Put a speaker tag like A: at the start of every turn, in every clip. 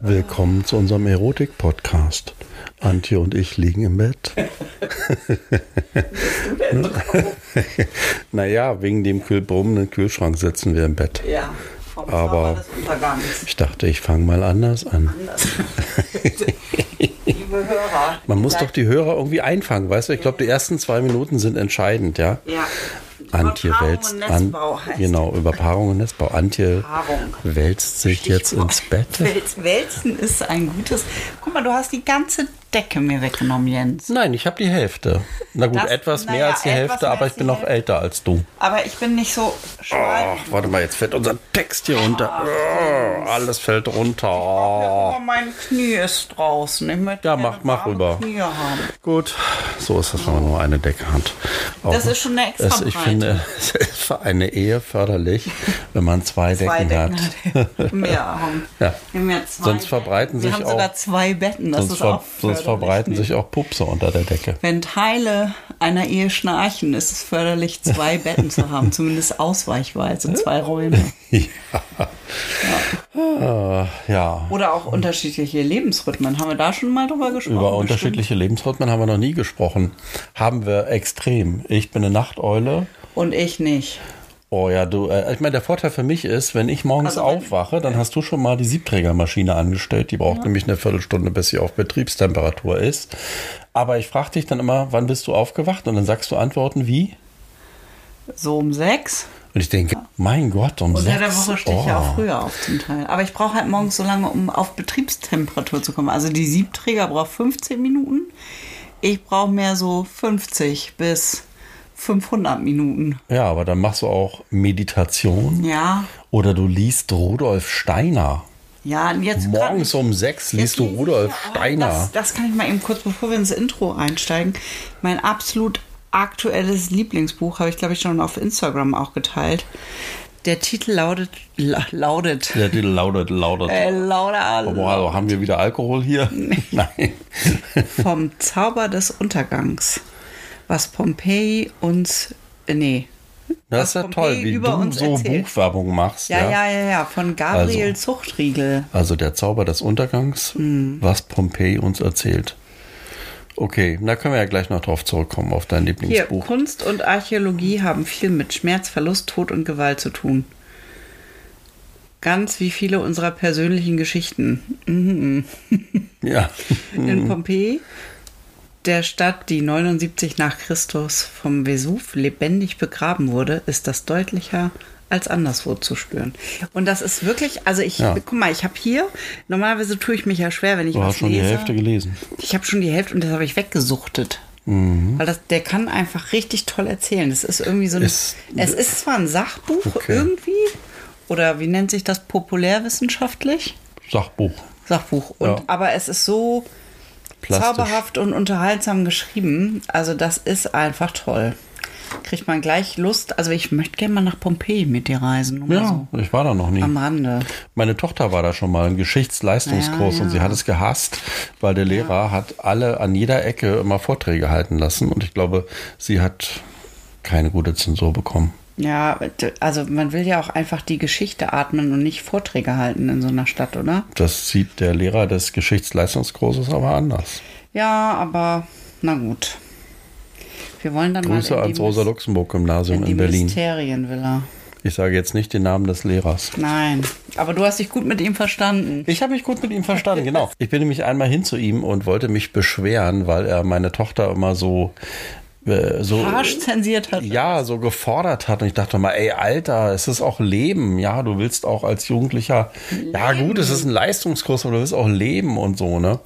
A: Willkommen zu unserem Erotik-Podcast. Antje und ich liegen im Bett.
B: Bist du denn drauf?
A: Naja, wegen dem kühl brummenden Kühlschrank sitzen wir im Bett.
B: Ja, vom
A: Aber-
B: Zauber des Untergangs.
A: Ich dachte, ich fange mal anders an.
B: Anders. Liebe Hörer.
A: Man muss doch
B: vielleicht-
A: die Hörer irgendwie einfangen, weißt du? Ich glaube, die ersten zwei Minuten sind entscheidend, ja?
B: Ja.
A: Antje
B: Überpaarung
A: wälzt
B: und
A: an,
B: Netzbau heißt
A: genau über Paarung und Nestbau. Antje
B: Paarung.
A: wälzt sich jetzt ins Bett.
B: Wälz, Wälzen ist ein gutes. Guck mal, du hast die ganze Decke mir weggenommen, Jens.
A: Nein, ich habe die Hälfte. Na gut,
B: Das-
A: etwas
B: na
A: mehr
B: ja,
A: als die
B: etwas
A: Hälfte,
B: mehr
A: aber
B: als
A: ich bin
B: die
A: noch
B: Hälfte.
A: älter als du.
B: Aber ich bin nicht so schmal.
A: Ach, warte mal, jetzt fällt unser Text hier runter. Oh, alles fällt runter.
B: Oh, mein Knie ist draußen. Ich möchte
A: Ja,
B: gerne
A: mach- mach
B: warme
A: rüber.
B: Knie haben.
A: Gut, so ist das, wenn man nur eine Decke hat. Auch-
B: Das ist schon eine extra
A: es- Ich
B: Breite.
A: finde, es ist für eine Ehe förderlich, wenn man zwei,
B: Zwei
A: Decken, hat.
B: hat. mehr haben.
A: Ja.
B: Wir haben ja zwei
A: Sonst verbreiten
B: Betten.
A: sich
B: Wir haben
A: auch-
B: sogar zwei Betten. Das
A: Sonst,
B: ist
A: ver
B: auch
A: sonst
B: förderlich. ne?
A: verbreiten sich auch Pupse unter der Decke.
B: Wenn Teile einer Ehe schnarchen, ist es förderlich, zwei Betten zu haben, zumindest ausweichweise, zwei Räume.
A: Ja. ja.
B: Oder auch unterschiedliche Lebensrhythmen. Haben wir da schon mal drüber gesprochen?
A: Über
B: Bestimmt.
A: unterschiedliche Lebensrhythmen haben wir noch nie gesprochen. Haben wir extrem. Ich bin eine Nachteule.
B: Und ich nicht.
A: Oh ja, du, äh, ich meine, der Vorteil für mich ist, wenn ich morgens
B: Also wenn-
A: aufwache, dann hast du schon mal die Siebträgermaschine angestellt. Die braucht nämlich eine Viertelstunde, bis sie auf Betriebstemperatur ist. Aber ich frage dich dann immer, wann bist du aufgewacht? Und dann sagst du Antworten wie?
B: So um sechs.
A: Und ich denke, mein Gott, um
B: Unter
A: sechs.
B: der Woche stehe ich ja
A: oh.
B: auch früher auf zum Teil. Aber ich brauche halt morgens so lange, um auf Betriebstemperatur zu kommen. Also die Siebträger braucht 15 Minuten. Ich brauche mehr so 50 bis 500 Minuten.
A: Ja, aber dann machst du auch Meditation.
B: Ja,
A: Oder du liest Rudolf Steiner.
B: ja. Und jetzt grad-
A: Morgens um sechs liest
B: Jetzt
A: du
B: lese ich
A: Rudolf
B: hier- oh,
A: Steiner.
B: Das, das kann ich mal eben kurz, bevor wir ins Intro einsteigen. Mein absolut aktuelles Lieblingsbuch habe ich, glaube ich, schon auf Instagram auch geteilt. Der Titel lautet. La, lautet.
A: Der Titel lautet, lautet.
B: Äh, lauter.
A: Wow, haben wir wieder Alkohol hier? Nein.
B: Vom Zauber des Untergangs. Was Pompeji uns. äh, Nee.
A: Das ist
B: was
A: ja toll,
B: Pompeji
A: wie
B: über
A: du
B: uns
A: so
B: erzählt.
A: Buchwerbung machst.
B: Ja, ja, ja, ja. Von Gabriel Zuchtriegel.
A: Also der Zauber des Untergangs,
B: Mhm.
A: was Pompeji uns erzählt. Okay, da können wir ja gleich noch drauf zurückkommen, auf dein
B: Hier,
A: Lieblingsbuch.
B: Kunst und Archäologie haben viel mit Schmerz, Verlust, Tod und Gewalt zu tun. Ganz wie viele unserer persönlichen Geschichten. Mhm.
A: Ja. Mhm.
B: In Pompeji, der Stadt, die 79 nach Christus vom Vesuv lebendig begraben wurde, ist das deutlicher als anderswo zu spüren. Und das ist wirklich, also ich,
A: Ja.
B: guck mal, ich habe hier, normalerweise tue ich mich ja schwer, wenn ich
A: Du
B: was
A: hast schon die
B: lese.
A: Hälfte gelesen.
B: Ich habe schon die Hälfte und das habe ich weggesuchtet.
A: Mhm.
B: Weil das, der kann einfach richtig toll erzählen. Das ist irgendwie so ein.
A: Ist-
B: es ist zwar ein Sachbuch
A: Okay.
B: irgendwie, oder wie nennt sich das populärwissenschaftlich?
A: Sachbuch.
B: Sachbuch. Und,
A: Ja.
B: Aber es ist so
A: Plastisch.
B: zauberhaft und unterhaltsam geschrieben. Also, das ist einfach toll. Kriegt man gleich Lust. Also, ich möchte gerne mal nach Pompeji mit dir reisen. Nur mal
A: Ja,
B: so
A: ich war da noch nie.
B: Also. am Rande.
A: Meine Tochter war da schon mal im Geschichtsleistungskurs
B: Ja, ja.
A: und sie hat es gehasst, weil der Lehrer hat alle an jeder Ecke immer Vorträge halten lassen und ich glaube, sie hat keine gute Zensur bekommen.
B: Ja, also man will ja auch einfach die Geschichte atmen und nicht Vorträge halten in so einer Stadt, oder?
A: Das sieht der Lehrer des Geschichtsleistungskurses aber anders.
B: Ja, aber na gut. Wir wollen dann
A: Grüße
B: mal in
A: ans
B: die, Mys-
A: Rosa-Luxemburg-Gymnasium
B: in die
A: in Berlin.
B: Mysterienvilla.
A: Ich sage jetzt nicht den Namen des Lehrers.
B: Nein, aber du hast dich gut mit ihm verstanden.
A: Ich habe mich gut mit ihm verstanden, genau. Ich bin nämlich einmal hin zu ihm und wollte mich beschweren, weil er meine Tochter immer so, äh, so
B: Arsch zensiert hat.
A: ja, so gefordert hat. Und ich dachte mal, ey, Alter, es ist auch Leben. Ja, du willst auch als Jugendlicher, ja gut, es ist ein Leistungskurs, aber du willst auch leben und so, ne?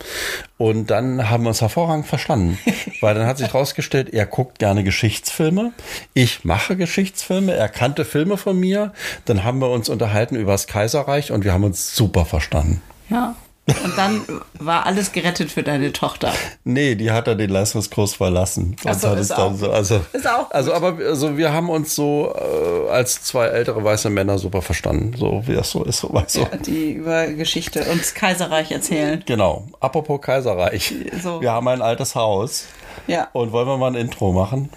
A: Und dann haben wir uns hervorragend verstanden. Weil dann hat sich herausgestellt, er guckt gerne Geschichtsfilme. Ich mache Geschichtsfilme. Er kannte Filme von mir. Dann haben wir uns unterhalten über das Kaiserreich und wir haben uns super verstanden.
B: Ja. Und dann war alles gerettet für deine Tochter.
A: Nee, die hat er den Leistungskurs verlassen.
B: Ach so,
A: Und hat
B: ist
A: es dann
B: auch-
A: so, also,
B: ist auch gut.
A: also, aber also wir haben uns so äh, als zwei ältere weiße Männer super verstanden, so wie das so ist. So, weißt du.
B: Die über Geschichte und das Kaiserreich erzählen.
A: Genau. Apropos Kaiserreich.
B: So.
A: Wir haben ein altes Haus
B: Ja.
A: und wollen wir mal ein Intro machen?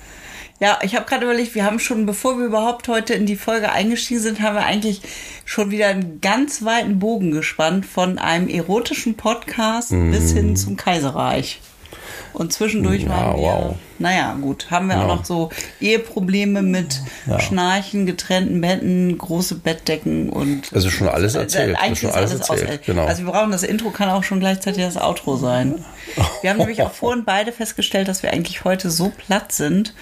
B: Ja, ich habe gerade überlegt, wir haben schon, bevor wir überhaupt heute in die Folge eingestiegen sind, haben wir eigentlich schon wieder einen ganz weiten Bogen gespannt von einem erotischen Podcast bis hin zum Kaiserreich. Und zwischendurch
A: Mhm. Ja,
B: waren wir,
A: wow.
B: naja, gut, haben wir
A: Ja.
B: auch noch so Eheprobleme mit
A: Ja.
B: Schnarchen, getrennten Betten, große Bettdecken und
A: Also schon alles erzählt.
B: Äh, eigentlich
A: schon
B: ist alles aus.
A: Genau.
B: Also wir brauchen das Intro, kann auch schon gleichzeitig das Outro sein. Wir haben nämlich auch vorhin beide festgestellt, dass wir eigentlich heute so platt sind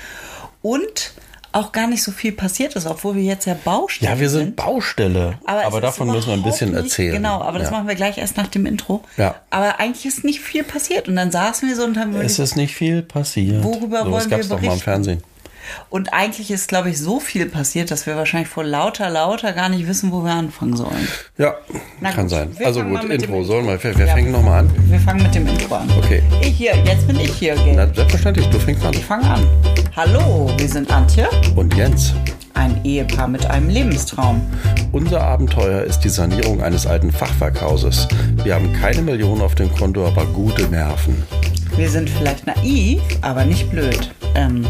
B: und auch gar nicht so viel passiert ist, obwohl wir jetzt ja Baustellen
A: ja, wir sind Baustelle.
B: Aber,
A: Aber,
B: es ist
A: davon müssen wir ein
B: überhaupt
A: bisschen
B: nicht,
A: erzählen.
B: Genau, aber das
A: ja.
B: machen wir gleich erst nach dem Intro.
A: Ja.
B: Aber eigentlich ist nicht viel passiert. Und dann saßen wir so und haben
A: Es ist nicht viel passiert.
B: Worüber
A: so,
B: wollen wir
A: Das gab es doch mal im
B: berichten?
A: Fernsehen.
B: Und eigentlich ist, glaube ich, so viel passiert, dass wir wahrscheinlich vor lauter, lauter gar nicht wissen, wo wir anfangen sollen.
A: Ja,
B: Na
A: kann
B: gut,
A: sein.
B: wir
A: Also
B: fangen
A: gut,
B: mal mit
A: Intro.
B: dem-
A: Sollen wir, wir, wir
B: Ja.
A: fängen nochmal an.
B: Wir fangen mit dem Intro an.
A: Okay.
B: Ich hier, jetzt bin ich hier, gell?
A: Na, selbstverständlich, du fängst an.
B: Ich fange an. Hallo, wir sind Antje,
A: Und Jens,
B: ein Ehepaar mit einem Lebenstraum.
A: unser Abenteuer ist die Sanierung eines alten Fachwerkhauses. Wir haben keine Millionen auf dem Konto, aber gute Nerven.
B: Wir sind vielleicht naiv, aber nicht blöd. Ähm,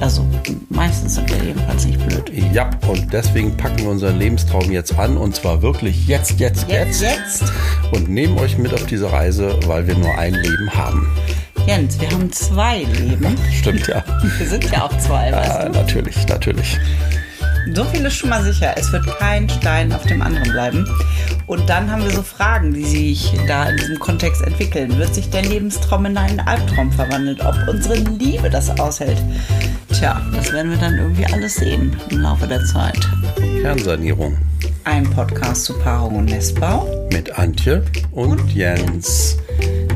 B: also meistens sind wir jedenfalls nicht blöd.
A: Ja, und deswegen packen wir unseren Lebenstraum jetzt an und zwar wirklich jetzt, jetzt,
B: Jetzt,
A: jetzt.
B: jetzt.
A: Und nehmen euch mit auf diese Reise, weil wir nur ein Leben haben.
B: Jens, wir haben zwei Leben.
A: Stimmt ja.
B: Wir sind ja auch zwei, weißt
A: ja natürlich, natürlich.
B: du? So viel ist schon mal sicher. Es wird kein Stein auf dem anderen bleiben. Und dann haben wir so Fragen, die sich da in diesem Kontext entwickeln. Wird sich der Lebenstraum in einen Albtraum verwandelt? Ob unsere Liebe das aushält? Tja, das werden wir dann irgendwie alles sehen im Laufe der Zeit.
A: Kernsanierung
B: Ein Podcast zu Paarung und Nestbau.
A: mit Antje und, Jens.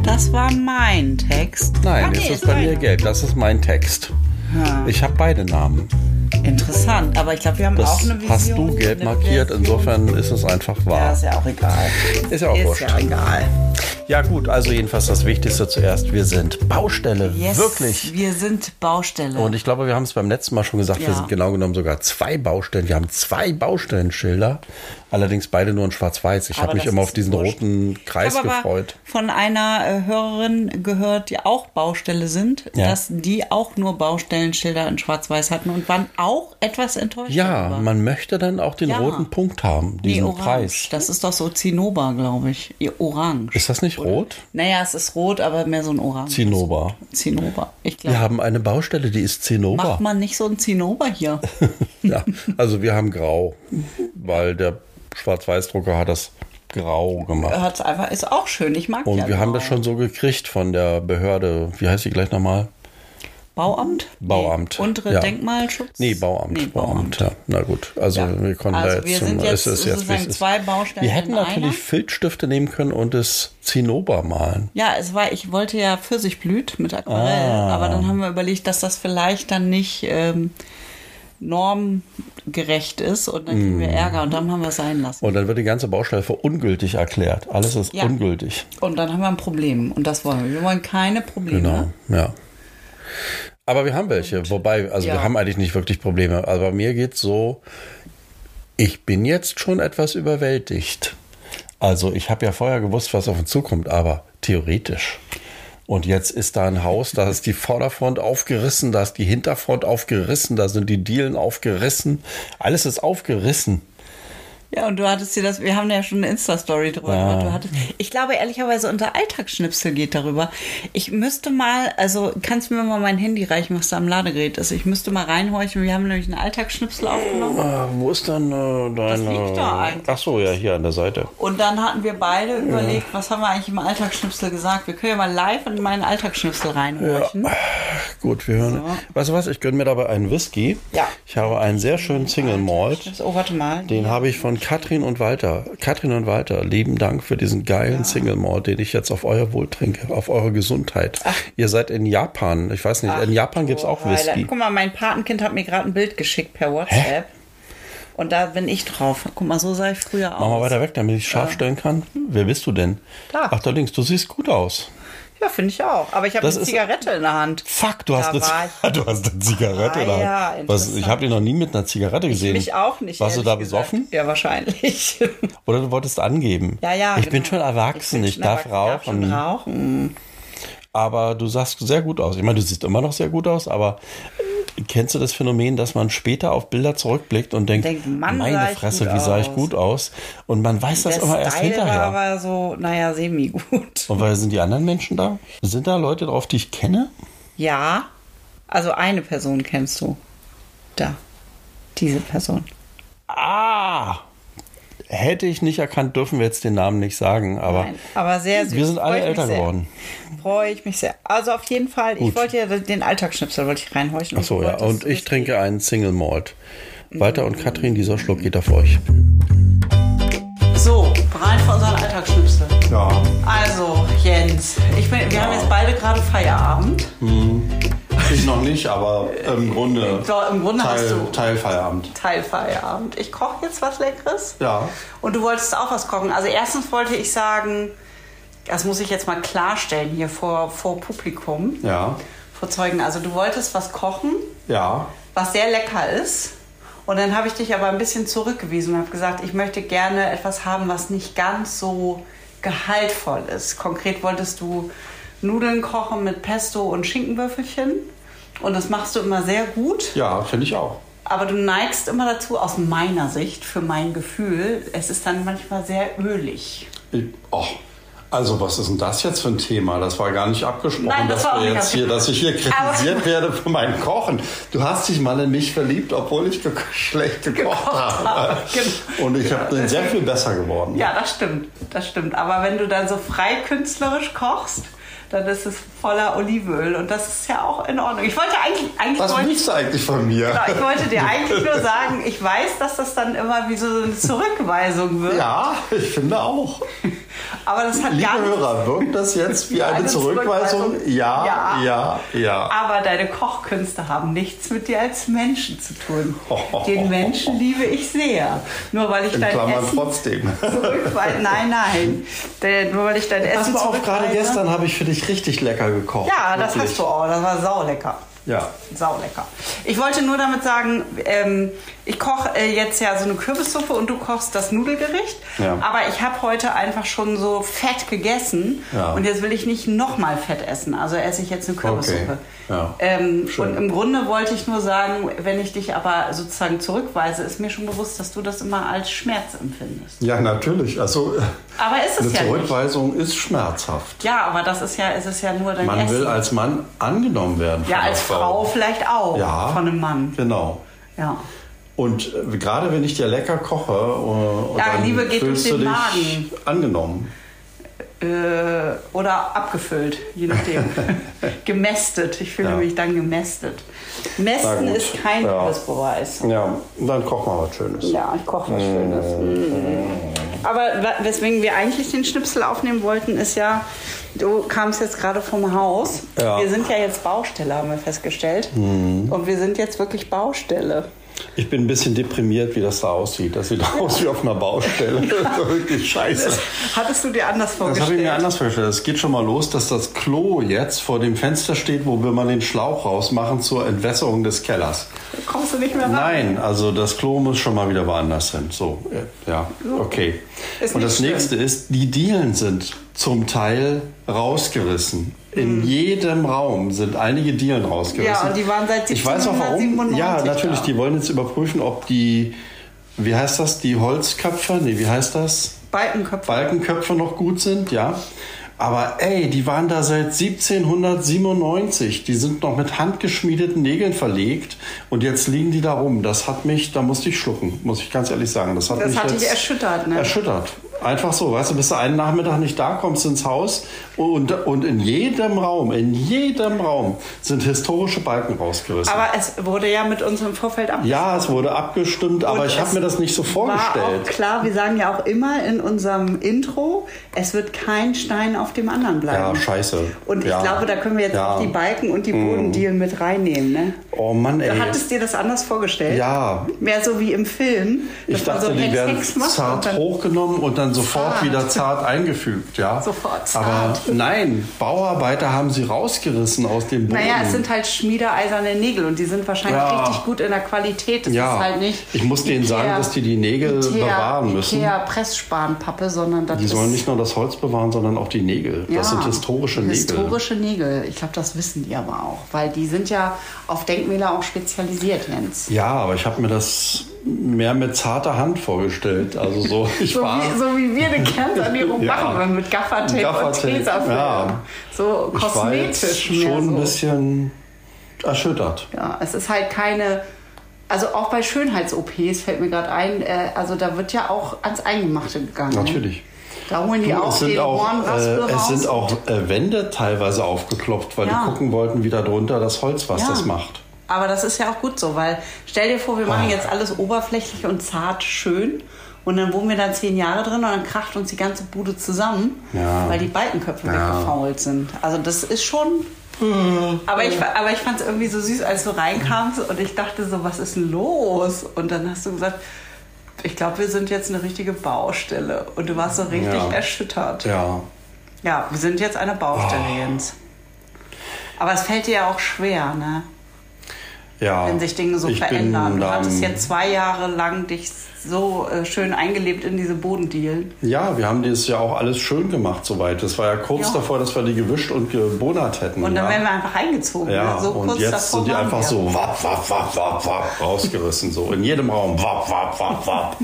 B: Das war mein Text.
A: Nein,
B: Ah, nee,
A: jetzt ist
B: ist
A: bei
B: deiner.
A: mir gelb. Das ist mein Text. Ich habe beide Namen.
B: Interessant, aber ich glaube, wir haben auch
A: Das
B: eine Vision.
A: hast du gelb
B: eine
A: markiert.
B: Version.
A: Insofern ist es einfach
B: Ja,
A: wahr.
B: ist ja auch egal.
A: Ist ja auch
B: ist
A: wurscht.
B: ja egal.
A: Ja gut, also jedenfalls das Wichtigste zuerst. Wir sind Baustelle.
B: Yes,
A: Wirklich.
B: Wir sind Baustelle.
A: Und ich glaube, wir haben es beim letzten Mal schon gesagt,
B: Ja.
A: wir sind genau genommen sogar zwei Baustellen. Wir haben zwei Baustellenschilder, allerdings beide nur in Schwarz-Weiß. Ich
B: Aber
A: habe mich
B: das
A: immer
B: ist
A: auf diesen
B: wurscht.
A: roten Kreis
B: Ich habe aber
A: gefreut.
B: von einer äh, Hörerin gehört, die auch Baustelle sind,
A: Ja.
B: dass die auch nur Baustellenschilder in Schwarz-Weiß hatten und waren auch etwas enttäuscht.
A: Ja,
B: darüber.
A: man möchte dann auch den
B: Ja.
A: roten Punkt haben,
B: Nee,
A: diesen
B: orange.
A: Preis.
B: Das ist doch so Zinnober, glaube ich. Ihr Orange.
A: Ist das nicht rot?
B: Naja, es ist rot, aber mehr so ein Orange.
A: Zinnober.
B: Zinnober. Ich glaube,
A: Wir haben eine Baustelle, die ist Zinnober.
B: macht man nicht so ein Zinnober hier.
A: Ja, also wir haben grau, weil der Schwarz-Weiß-Drucker hat das grau gemacht.
B: Hört's einfach, ist auch schön. Ich mag
A: Und
B: ja genau.
A: wir haben
B: Bau-
A: das schon so gekriegt von der Behörde. Wie heißt die gleich nochmal?
B: Bauamt?
A: Bauamt,
B: Nee. Untere
A: ja.
B: Denkmalschutz?
A: Nee, Bauamt.
B: Nee,
A: Bauamt. ja. Na gut, also
B: Ja.
A: wir konnten
B: Also
A: da jetzt,
B: wir sind
A: zum-
B: jetzt
A: es ist jetzt wie
B: sozusagen
A: es ist.
B: zwei Baustellen
A: Wir hätten
B: in
A: natürlich
B: einer.
A: Filzstifte nehmen können und es Zinnober malen.
B: Ja, es war, ich wollte ja Pfirsichblüt mit Aquarell,
A: Ah.
B: aber dann haben wir überlegt, dass das vielleicht dann nicht ähm, normgerecht ist und dann
A: Mhm.
B: kriegen wir Ärger und dann haben wir es sein lassen.
A: Und dann wird die ganze Baustelle für ungültig erklärt. Alles ist
B: Ja.
A: ungültig.
B: Und dann haben wir ein Problem und das wollen wir. Wir wollen keine Probleme.
A: Genau, ja. Aber wir haben welche, wobei, also
B: ja.
A: wir haben eigentlich nicht wirklich Probleme. Aber bei mir geht's so, ich bin jetzt schon etwas überwältigt. Also ich habe ja vorher gewusst, was auf uns zukommt, aber theoretisch. Und jetzt ist da ein Haus, da ist die Vorderfront aufgerissen, da ist die Hinterfront aufgerissen, da sind die Dielen aufgerissen. Alles ist aufgerissen.
B: Ja, und du hattest dir das, wir haben ja schon eine Insta-Story drüber gemacht. Du hattest, ich glaube, ehrlicherweise, unser Alltagsschnipsel geht darüber. Ich müsste mal, also kannst du mir mal mein Handy reichen, was da am Ladegerät ist. Ich müsste mal reinhorchen. Wir haben nämlich einen Alltagsschnipsel aufgenommen.
A: Ah, wo ist dann äh, deine...
B: liegt da eigentlich.
A: Ach so, ja, hier an der Seite.
B: Und dann hatten wir beide überlegt, was haben wir eigentlich im Alltagsschnipsel gesagt. Wir können ja mal live in meinen Alltagsschnipsel reinhorchen.
A: Gut, wir hören.
B: So.
A: Weißt du was? Ich gönne mir dabei einen Whisky.
B: Ja.
A: Ich habe einen sehr schönen Single Malt.
B: Oh, warte mal.
A: Den habe ich von Katrin und Walter. Katrin und Walter, lieben Dank für diesen geilen Single Malt, den ich jetzt auf euer Wohl trinke, auf eure Gesundheit. Ihr seid in Japan. Ich weiß nicht, in Japan gibt es auch
B: Highlight.
A: Whisky.
B: Guck mal, mein Patenkind hat mir gerade ein Bild geschickt per WhatsApp. Und da bin ich drauf. Guck mal, so sah ich früher aus. Hm.
A: Mach mal weiter weg, damit ich scharf stellen kann. Wer bist du denn?
B: Da.
A: Ach, da links, du siehst gut aus.
B: Ja, finde ich auch. Aber ich habe
A: Das
B: eine
A: ist-
B: Zigarette in der Hand.
A: Fuck, du hast,
B: Da war
A: eine, du hast eine Zigarette
B: Ah,
A: da.
B: ja,
A: Was,
B: interessant.
A: ich habe dich noch nie mit einer Zigarette gesehen.
B: Mich auch nicht.
A: Warst du
B: ehrlich
A: da
B: gesagt.
A: besoffen?
B: Ja, wahrscheinlich.
A: Oder du wolltest angeben.
B: ja, ja.
A: Ich bin
B: genau.
A: schon erwachsen, ich,
B: bin schon
A: darf
B: erwachsen,
A: rauchen.
B: Ich darf schon rauchen.
A: Aber du sahst sehr gut aus. Ich meine, du siehst immer noch sehr gut aus, aber Kennst du das Phänomen, dass man später auf Bilder zurückblickt und denkt,
B: Denkt, Mann,
A: meine
B: sah ich
A: Fresse,
B: gut
A: wie sah ich
B: aus.
A: gut aus? Und man weiß das
B: Der
A: immer erst
B: Style war
A: hinterher.
B: aber so, naja, semi-gut.
A: Und weil sind die anderen Menschen da? Sind da Leute drauf, die ich kenne?
B: Ja, also eine Person kennst du. Da. Diese Person.
A: Ah! Hätte ich nicht erkannt, dürfen wir jetzt den Namen nicht sagen, aber
B: Nein, aber sehr süß.
A: wir sind alle
B: Freut mich
A: älter
B: sehr.
A: geworden.
B: Freue ich mich sehr. Also auf jeden Fall, ich
A: Gut.
B: wollte ja den Alltagsschnipsel wollte ich reinhorchen.
A: Ach so, ja.
B: Du wolltest
A: Und ich
B: wissen-
A: trinke einen Single Malt. Walter und Katrin, dieser Schluck geht auf euch.
B: So, bereit für unseren Alltagsschnipsel.
A: Ja.
B: Also, Jens, ich bin, wir haben jetzt beide gerade Feierabend.
A: Ich noch nicht, aber im Grunde.
B: Doch, im Grunde hast du-
A: Teilfeierabend.
B: Teil Feierabend. Ich koche jetzt was Leckeres.
A: Ja.
B: Und du wolltest auch was kochen. Also erstens wollte ich sagen, das muss ich jetzt mal klarstellen hier vor, vor Publikum,
A: Ja.
B: vor Zeugen. Also du wolltest was kochen,
A: Ja.
B: was sehr lecker ist. Und dann habe ich dich aber ein bisschen zurückgewiesen und habe gesagt, ich möchte gerne etwas haben, was nicht ganz so gehaltvoll ist. Konkret wolltest du Nudeln kochen mit Pesto und Schinkenwürfelchen. Und das machst du immer sehr gut.
A: Ja, finde ich auch.
B: Aber du neigst immer dazu, aus meiner Sicht, für mein Gefühl, es ist dann manchmal sehr ölig.
C: Ich- Och, also was ist denn das jetzt für ein Thema? Das war gar nicht abgesprochen,
B: Nein, das
C: dass,
B: war auch
C: wir
B: nicht
C: jetzt hier, dass ich hier
B: Aber-
C: kritisiert werde für mein Kochen. Du hast dich mal in mich verliebt, obwohl ich ge schlecht gekocht, habe.
B: habe, genau.
C: Und ich hab- bin sehr viel besser geworden.
B: Ja, das stimmt, das stimmt. Aber wenn du dann so frei künstlerisch kochst, dann ist es voller Olivenöl und das ist ja auch in Ordnung. Ich wollte eigentlich, eigentlich
C: Was
B: wollte,
C: willst du eigentlich von mir?
B: Genau, ich wollte dir eigentlich nur sagen, ich weiß, dass das dann immer wie so eine Zurückweisung wird.
C: Ja, ich finde auch.
B: Aber das hat
C: Liebe
B: gar nichts
C: Hörer, wirkt das jetzt wie eine,
B: Eine
C: Zurückweisung?
B: Zurückweisung?
C: Ja,
B: Ja.
C: ja, ja.
B: Aber deine Kochkünste haben nichts mit dir als Menschen zu tun. Den Menschen liebe ich sehr. Nur weil ich
C: Oh. In
B: dein
C: Klammern
B: Essen
C: trotzdem.
B: zurückweise. Nein, nein. Denn nur weil ich dein
C: Pass
B: Essen
C: mal auf, gerade
B: zurückweise-
C: gestern habe ich für dich richtig lecker gekocht.
B: Ja, das
C: Wirklich.
B: hast du auch. Das war saulecker.
C: Ja.
B: Saulecker. Ich wollte nur damit sagen, ähm, ich koche äh, jetzt ja so eine Kürbissuppe und du kochst das Nudelgericht.
C: Ja.
B: Aber ich habe heute einfach schon so fett gegessen
C: Ja.
B: und jetzt will ich nicht nochmal fett essen. Also esse ich jetzt eine Kürbissuppe.
C: Okay. Ja.
B: Ähm,
C: Schön.
B: und im Grunde wollte ich nur sagen, wenn ich dich aber sozusagen zurückweise, ist mir schon bewusst, dass du das immer als Schmerz empfindest.
C: Ja, natürlich. Also
B: Aber ist es
C: eine
B: ja nicht.
C: Zurückweisung ist schmerzhaft.
B: Ja, aber das ist ja, es ist ja nur dein
C: Man
B: Essen.
C: will als Mann angenommen werden. von
B: ja,
C: der
B: als Frau vielleicht auch.
C: Ja.
B: Von einem Mann.
C: Genau.
B: Ja.
C: Und äh, gerade wenn ich dir lecker koche, äh, und
B: Ja,
C: dann
B: Liebe geht
C: fühlst
B: durch den
C: du dich
B: Magen.
C: angenommen.
B: Äh, oder abgefüllt, je nachdem. gemästet. Ich fühle
C: Ja.
B: mich dann gemästet. Mästen
C: Na gut,
B: ist kein
C: ja.
B: Beweis.
C: Ja, dann koch mal was Schönes.
B: Ja, ich koche was Schönes.
C: Mm.
B: Mm. Aber wa- weswegen wir eigentlich den Schnipsel aufnehmen wollten, ist ja, du kamst jetzt gerade vom Haus.
C: Ja. Mm.
B: Wir sind ja jetzt Baustelle, haben wir festgestellt. Und wir sind jetzt wirklich Baustelle.
C: Ich bin ein bisschen deprimiert, wie das da aussieht. Das sieht aus wie auf einer Baustelle. Wirklich scheiße.
B: Hattest du dir anders
C: Das habe ich mir
B: vorgestellt?
C: anders vorgestellt. Es geht schon mal los, dass das Klo jetzt vor dem Fenster steht, wo wir mal den Schlauch rausmachen zur Entwässerung des Kellers.
B: Kommst du nicht mehr ran?
C: Nein, also das Klo muss schon mal wieder woanders hin. So, äh, ja, okay.
B: Ist
C: Und
B: nicht
C: das
B: schlimm.
C: nächste ist, die Dielen sind zum Teil rausgerissen. In jedem Raum sind einige Dielen rausgerissen.
B: Hm. Ja, und die waren seit
C: Ich weiß auch warum.
B: 1797
C: Ja, natürlich,
B: da.
C: die wollen jetzt überprüfen, ob die, wie heißt das, die Holzköpfe, nee, wie heißt das?
B: Balkenköpfe.
C: Balkenköpfe noch gut sind, ja. Aber ey, die waren da seit 1797. Die sind noch mit handgeschmiedeten Nägeln verlegt und jetzt liegen die da rum. Das hat mich, da musste ich schlucken, muss ich ganz ehrlich sagen. Das hat
B: Das
C: mich
B: hat
C: jetzt
B: dich erschüttert, ne?
C: Erschüttert. Einfach so, weißt du, bist du einen Nachmittag nicht da, kommst ins Haus und, und in jedem Raum, in jedem Raum sind historische Balken rausgerissen.
B: Aber es wurde ja mit uns im Vorfeld abgesprochen.
C: ja, es wurde abgestimmt, aber
B: Und
C: ich habe
B: es
C: mir das nicht so
B: War auch
C: vorgestellt.
B: klar, wir sagen ja auch immer in unserem Intro, es wird kein Stein auf dem anderen bleiben.
C: Ja, scheiße.
B: Und ich
C: Ja.
B: glaube, da können wir jetzt
C: Ja. Mhm.
B: auch die Balken und die Bodendielen mit reinnehmen. Ne?
C: Oh Mann, ey.
B: Du hattest dir das anders vorgestellt?
C: Ja,
B: Mehr so wie im Film. dass
C: Ich
B: man
C: dachte,
B: so
C: die
B: Hex,
C: werden
B: Hex macht und
C: zart
B: dann-
C: hochgenommen und dann dann sofort
D: Zart.
C: wieder zart eingefügt, ja.
B: Sofort zart.
C: Aber nein, Bauarbeiter haben sie rausgerissen aus dem Boden.
B: Naja, es sind halt schmiedeeiserne Nägel und die sind wahrscheinlich
C: Ja.
B: richtig gut in der Qualität. Das
C: ja,
B: ist halt nicht.
C: ich muss denen sagen, dass die die Nägel bewahren müssen.
B: Ikea Pressspanpappe, sondern das
C: Die sollen
B: ist-
C: nicht nur das Holz bewahren, sondern auch die Nägel.
B: Ja,
C: das sind historische Nägel. ne?
B: Historische Nägel. Ich glaube, das wissen die aber auch, weil die sind ja auf Denkmäler auch spezialisiert, Jens.
C: Ja, aber ich habe mir das mehr mit zarter Hand vorgestellt. Also so, ich
B: So
C: war.
B: wie, so wie wir eine Kernsanierung
C: Ja.
B: machen würden mit Gaffertape,
C: Gaffertape,
B: und Tesafilm.
C: ja.
B: So
C: ich war jetzt
B: kosmetisch mehr
C: schon
B: so.
C: ein bisschen erschüttert.
B: Ja, es ist halt keine. Also auch bei Schönheits-OPs fällt mir gerade ein, äh, also da wird ja auch ans Eingemachte gegangen. ne?
C: Natürlich.
B: Da holen die
C: Du,
B: auch
C: es sind
B: den
C: auch, äh,
B: Hornraspel
C: es
B: raus.
C: sind auch äh, Wände teilweise aufgeklopft, weil
B: Ja.
C: die gucken wollten, wie da drunter das Holz, was
B: Ja.
C: das macht.
B: Aber das ist ja auch gut so, weil stell dir vor, wir machen
C: Ah.
B: jetzt alles oberflächlich und zart schön und dann wohnen wir da zehn Jahre drin und dann kracht uns die ganze Bude zusammen,
C: Ja.
B: weil die Balkenköpfe
C: Ja.
B: weggefault sind. Also das ist schon.
C: Hm.
B: Aber ich, aber ich fand es irgendwie so süß, als du reinkamst und ich dachte so, was ist denn los? Und dann hast du gesagt, ich glaube, wir sind jetzt eine richtige Baustelle. Und du warst so richtig
C: Ja.
B: erschüttert.
C: Ja. Oh.
B: Ja, wir sind jetzt eine Baustelle, Jens. Aber es fällt dir ja auch schwer, ne?
C: Ja.
B: wenn sich Dinge so
C: Genau. Ich bin
B: verändern. Du
C: dann-
B: hattest ja zwei Jahre lang dich so äh, schön eingelebt in diese Bodendielen.
C: Ja, wir haben das ja auch alles schön gemacht soweit. Das war ja kurz
B: Ja.
C: davor, dass wir die gewischt und gebonert hätten.
B: Und dann
C: ja.
B: wären wir einfach eingezogen.
C: Ja,
B: ne? so
C: und
B: kurz
C: jetzt
B: davor
C: sind die
B: waren
C: einfach
B: wir.
C: so wapp, wapp, wapp, wapp, wapp, rausgerissen. So in jedem Raum wapp, wapp, wapp, wapp.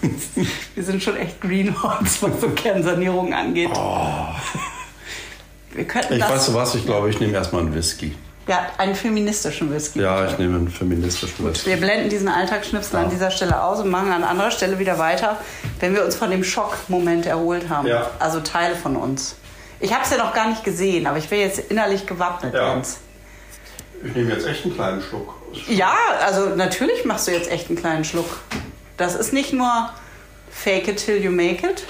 B: Wir sind schon echt Greenhorns, was so Kernsanierung angeht. Wir könnten
C: Oh. Ich
B: das.
C: weiß du was, ich glaube, ich nehme erstmal einen Whisky.
B: Ja, einen feministischen Whisky.
C: Ja, ich nehme einen feministischen
B: Wir
C: Whisky.
B: blenden diesen Alltagsschnipsel an dieser Stelle aus und machen an anderer Stelle wieder weiter, wenn wir uns von dem Schockmoment erholt haben.
C: Ja.
B: Also Teile von uns. Ich habe es ja noch gar nicht gesehen, aber ich bin jetzt innerlich gewappnet,
C: Ja.
B: Jens.
C: Ich nehme jetzt echt einen kleinen Schluck.
B: Ja, also natürlich machst du jetzt echt einen kleinen Schluck. Das ist nicht nur fake it till you make it,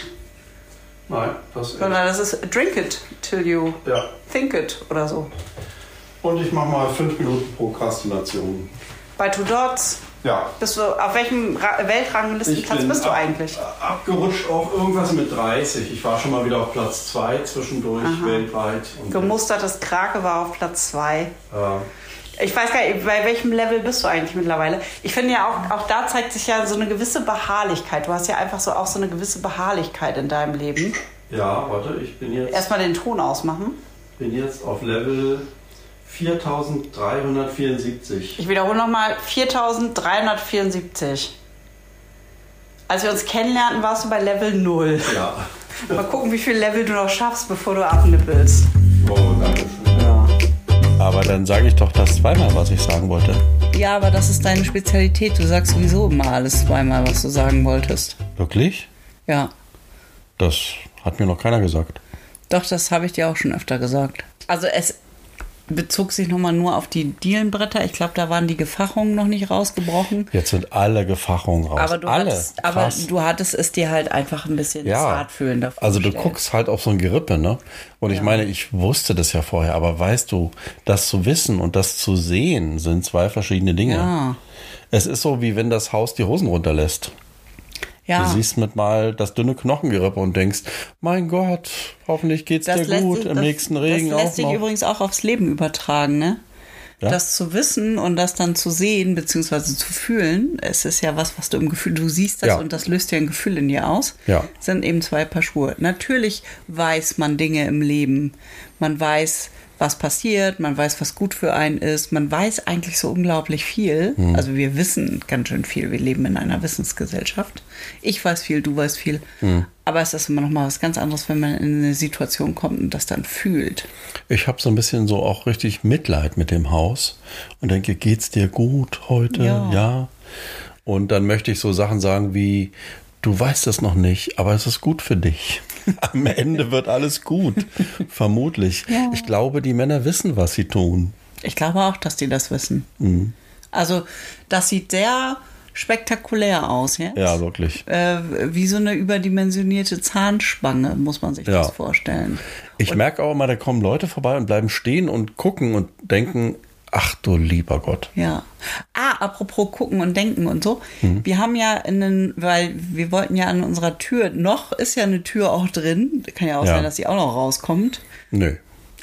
C: Nein, das ist.
B: sondern das ist drink it till you
C: Ja.
B: think it oder so.
C: Und ich mache mal 5 Minuten Prokrastination.
B: Bei Two Dots,
C: Ja.
B: bist du, auf welchem Ra Weltranglistenplatz bist du
C: ab-
B: eigentlich?
C: abgerutscht auf irgendwas mit 30. Ich war schon mal wieder auf Platz 2 zwischendurch weltweit. Und äh,
B: Gemustertes Krake war auf Platz 2.
C: Ja.
B: Ich weiß gar nicht, bei welchem Level bist du eigentlich mittlerweile? Ich finde ja auch, auch da zeigt sich ja so eine gewisse Beharrlichkeit. Du hast ja einfach so auch so eine gewisse Beharrlichkeit in deinem Leben.
C: ja, warte, ich bin jetzt.
B: Erstmal den Ton ausmachen.
C: bin jetzt auf Level 4374.
B: Ich wiederhole nochmal, 4374. Als wir uns kennenlernten, warst du bei Level 0.
C: Ja.
B: Mal gucken, wie viel Level du noch schaffst, bevor du abnippelst.
C: Oh, danke schön.
B: Ja.
A: Aber dann sage ich doch das zweimal, was ich sagen wollte.
D: Ja, aber das ist deine Spezialität. Du sagst sowieso immer alles zweimal, was du sagen wolltest.
A: Wirklich?
D: Ja,
A: Das hat mir noch keiner gesagt.
D: doch, das habe ich dir auch schon öfter gesagt. Also es bezog sich nochmal nur auf die Dielenbretter. Ich glaube, da waren die Gefachungen noch nicht rausgebrochen.
A: Jetzt sind alle Gefachungen raus.
D: Aber du,
A: alle.
D: hattest, aber
A: Krass.
D: du hattest es dir halt einfach ein bisschen
A: ja.
D: zart fühlen davor.
A: Also du
D: gestellt.
A: guckst halt auf so ein Gerippe, ne? Und ich meine, ich wusste das ja vorher, aber weißt du, das zu wissen und das zu sehen sind zwei verschiedene Dinge.
D: Ja.
A: Es ist so, wie wenn das Haus die Hosen runterlässt.
D: ja.
A: Du siehst mit mal das dünne Knochengerippe und denkst, mein Gott, hoffentlich geht's dir gut im
D: das-
A: nächsten Regen
D: Das lässt
A: auch
D: sich
A: noch.
D: übrigens auch aufs Leben übertragen, ne?
A: Ja.
D: Das zu wissen und das dann zu sehen beziehungsweise zu fühlen, es ist ja was, was du im Gefühl, du siehst das
A: Ja.
D: und das löst ja ein Gefühl in dir aus,
A: Ja.
D: sind eben zwei Paar Schuhe. Natürlich weiß man Dinge im Leben, man weiß, was passiert, man weiß, was gut für einen ist, man weiß eigentlich so unglaublich viel. Also wir wissen ganz schön viel, wir leben in einer Wissensgesellschaft. Ich weiß viel, du weißt viel, aber es ist immer noch mal was ganz anderes, wenn man in eine Situation kommt und das dann fühlt.
A: Ich habe so ein bisschen so auch richtig Mitleid mit dem Haus und denke, geht's dir gut heute?
D: Ja.
A: Ja. Und dann möchte ich so Sachen sagen wie, du weißt es noch nicht, aber es ist gut für dich. Am Ende wird alles gut, vermutlich.
D: Ja.
A: Ich glaube, die Männer wissen, was sie tun.
D: Ich glaube auch, dass die das wissen. Also das sieht sehr spektakulär aus, ja?
A: Ja, wirklich.
D: Äh, wie so eine überdimensionierte Zahnspange, muss man sich
A: Ja.
D: das vorstellen.
A: Ich merke auch immer, da kommen Leute vorbei und bleiben stehen und gucken und denken, Ach du lieber Gott.
B: Ja. Ah, apropos gucken und denken und so.
A: Mhm.
B: Wir haben ja einen, weil wir wollten ja an unserer Tür, noch ist ja eine Tür auch drin. Kann ja auch
A: Ja.
B: sein, dass sie auch noch rauskommt.
A: Nö.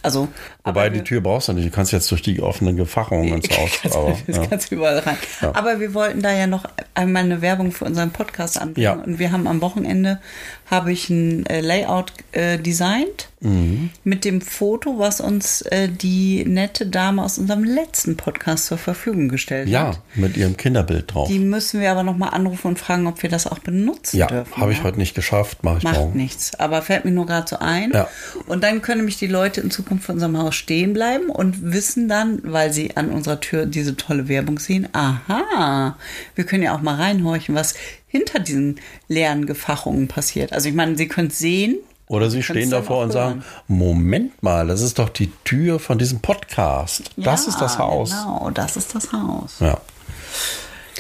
B: Also,
A: Wobei
B: aber
A: die
B: wir-
A: Tür brauchst du nicht. Du kannst jetzt durch die offenen Gefachungen ins Haus.
B: Kannst,
A: aber,
B: das
A: ja.
B: kannst du überall rein. Aber wir wollten da ja noch einmal eine Werbung für unseren Podcast anbringen.
A: Ja.
B: Und wir haben am Wochenende habe ich ein äh, Layout äh, designt
A: Mhm.
B: mit dem Foto, was uns äh, die nette Dame aus unserem letzten Podcast zur Verfügung gestellt
A: ja,
B: hat.
A: mit ihrem Kinderbild drauf.
B: Die müssen wir aber nochmal anrufen und fragen, ob wir das auch benutzen
A: Ja,
B: dürfen.
A: habe ich
B: ja?
A: heute nicht geschafft. Mache ich
B: Macht
A: morgen.
B: nichts, aber fällt mir nur gerade so ein.
A: Ja.
B: Und dann können nämlich die Leute in Zukunft vor unserem Haus stehen bleiben und wissen dann, weil sie an unserer Tür diese tolle Werbung sehen, aha, wir können ja auch mal reinhorchen, was hinter diesen leeren Gefachungen passiert. Also ich meine, sie können es sehen.
A: Oder sie
B: Kannst
A: stehen
B: dann
A: davor
B: auch
A: und sagen: Moment mal, das ist doch die Tür von diesem Podcast. das
B: Ja,
A: ist das Haus.
B: Genau, das ist das Haus.
A: Ja.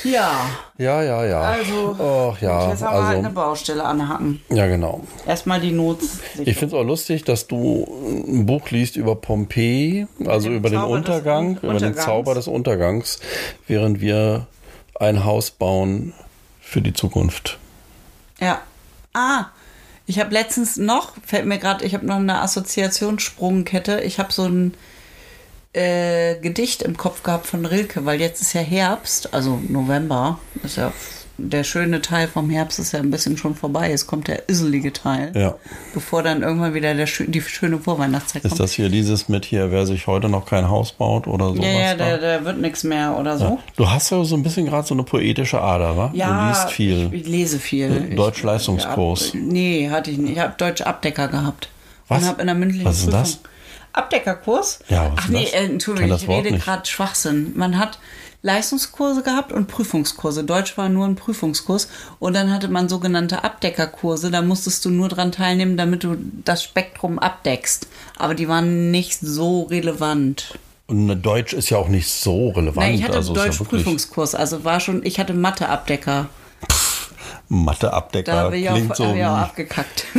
E: Ja,
A: Ja, ja, ja.
E: also.
A: Och, ja.
E: Jetzt haben wir halt
A: Also,
E: eine Baustelle anhaken.
A: ja, genau.
E: Erstmal die Not.
A: Ich finde es auch lustig, dass du ein Buch liest über Pompeji, also
E: den
A: über den
E: Zauber des
A: Untergang,
E: Un-
A: über den
E: Untergangs.
A: Zauber des Untergangs, während wir ein Haus bauen für die Zukunft.
B: Ja. Ah, ich habe letztens noch, fällt mir gerade, ich habe noch eine Assoziationssprungkette. Ich habe so ein äh, Gedicht im Kopf gehabt von Rilke, weil jetzt ist ja Herbst, also November. Ist ja der schöne Teil vom Herbst ist ja ein bisschen schon vorbei. Jetzt kommt der isselige Teil,
A: Ja.
B: bevor dann irgendwann wieder der, schö- die schöne Vorweihnachtszeit
A: Ist
B: kommt.
A: das hier dieses mit hier, wer sich heute noch kein Haus baut oder sowas?
B: Ja, ja,
A: da?
B: der, der wird nichts mehr oder so.
A: Du hast ja so ein bisschen gerade so eine poetische Ader, wa? du liest viel. Äh,
B: Ich, ich lese viel. Ich-
A: Deutschleistungskurs.
B: Ich hab, nee, hatte ich nicht. Ich habe Deutsch-Abdecker gehabt.
A: Was?
B: Und habe in der mündlichen
A: Was ist denn
B: Prüfung.
A: das?
B: Abdeckerkurs?
A: Ja, was
B: Ach
A: ist
B: nee,
A: das?
B: äh,
A: Kenn
B: Entschuldigung,
A: das
B: ich
A: Wort
B: rede
A: nicht.
B: gerade Schwachsinn. Man hat Leistungskurse gehabt und Prüfungskurse. Deutsch war nur ein Prüfungskurs. Und dann hatte man sogenannte Abdeckerkurse. Da musstest du nur dran teilnehmen, damit du das Spektrum abdeckst. Aber die waren nicht so relevant.
A: Und Deutsch ist ja auch nicht so relevant.
B: Nein, ich hatte
A: also ist ja wirklich-
B: Deutsch-Prüfungskurs. Also war schon, ich hatte Mathe-Abdecker. Da
A: Mathe-Abdecker
B: habe ich, auch-
A: klingt
B: hab ich auch
A: so.
B: abgekackt.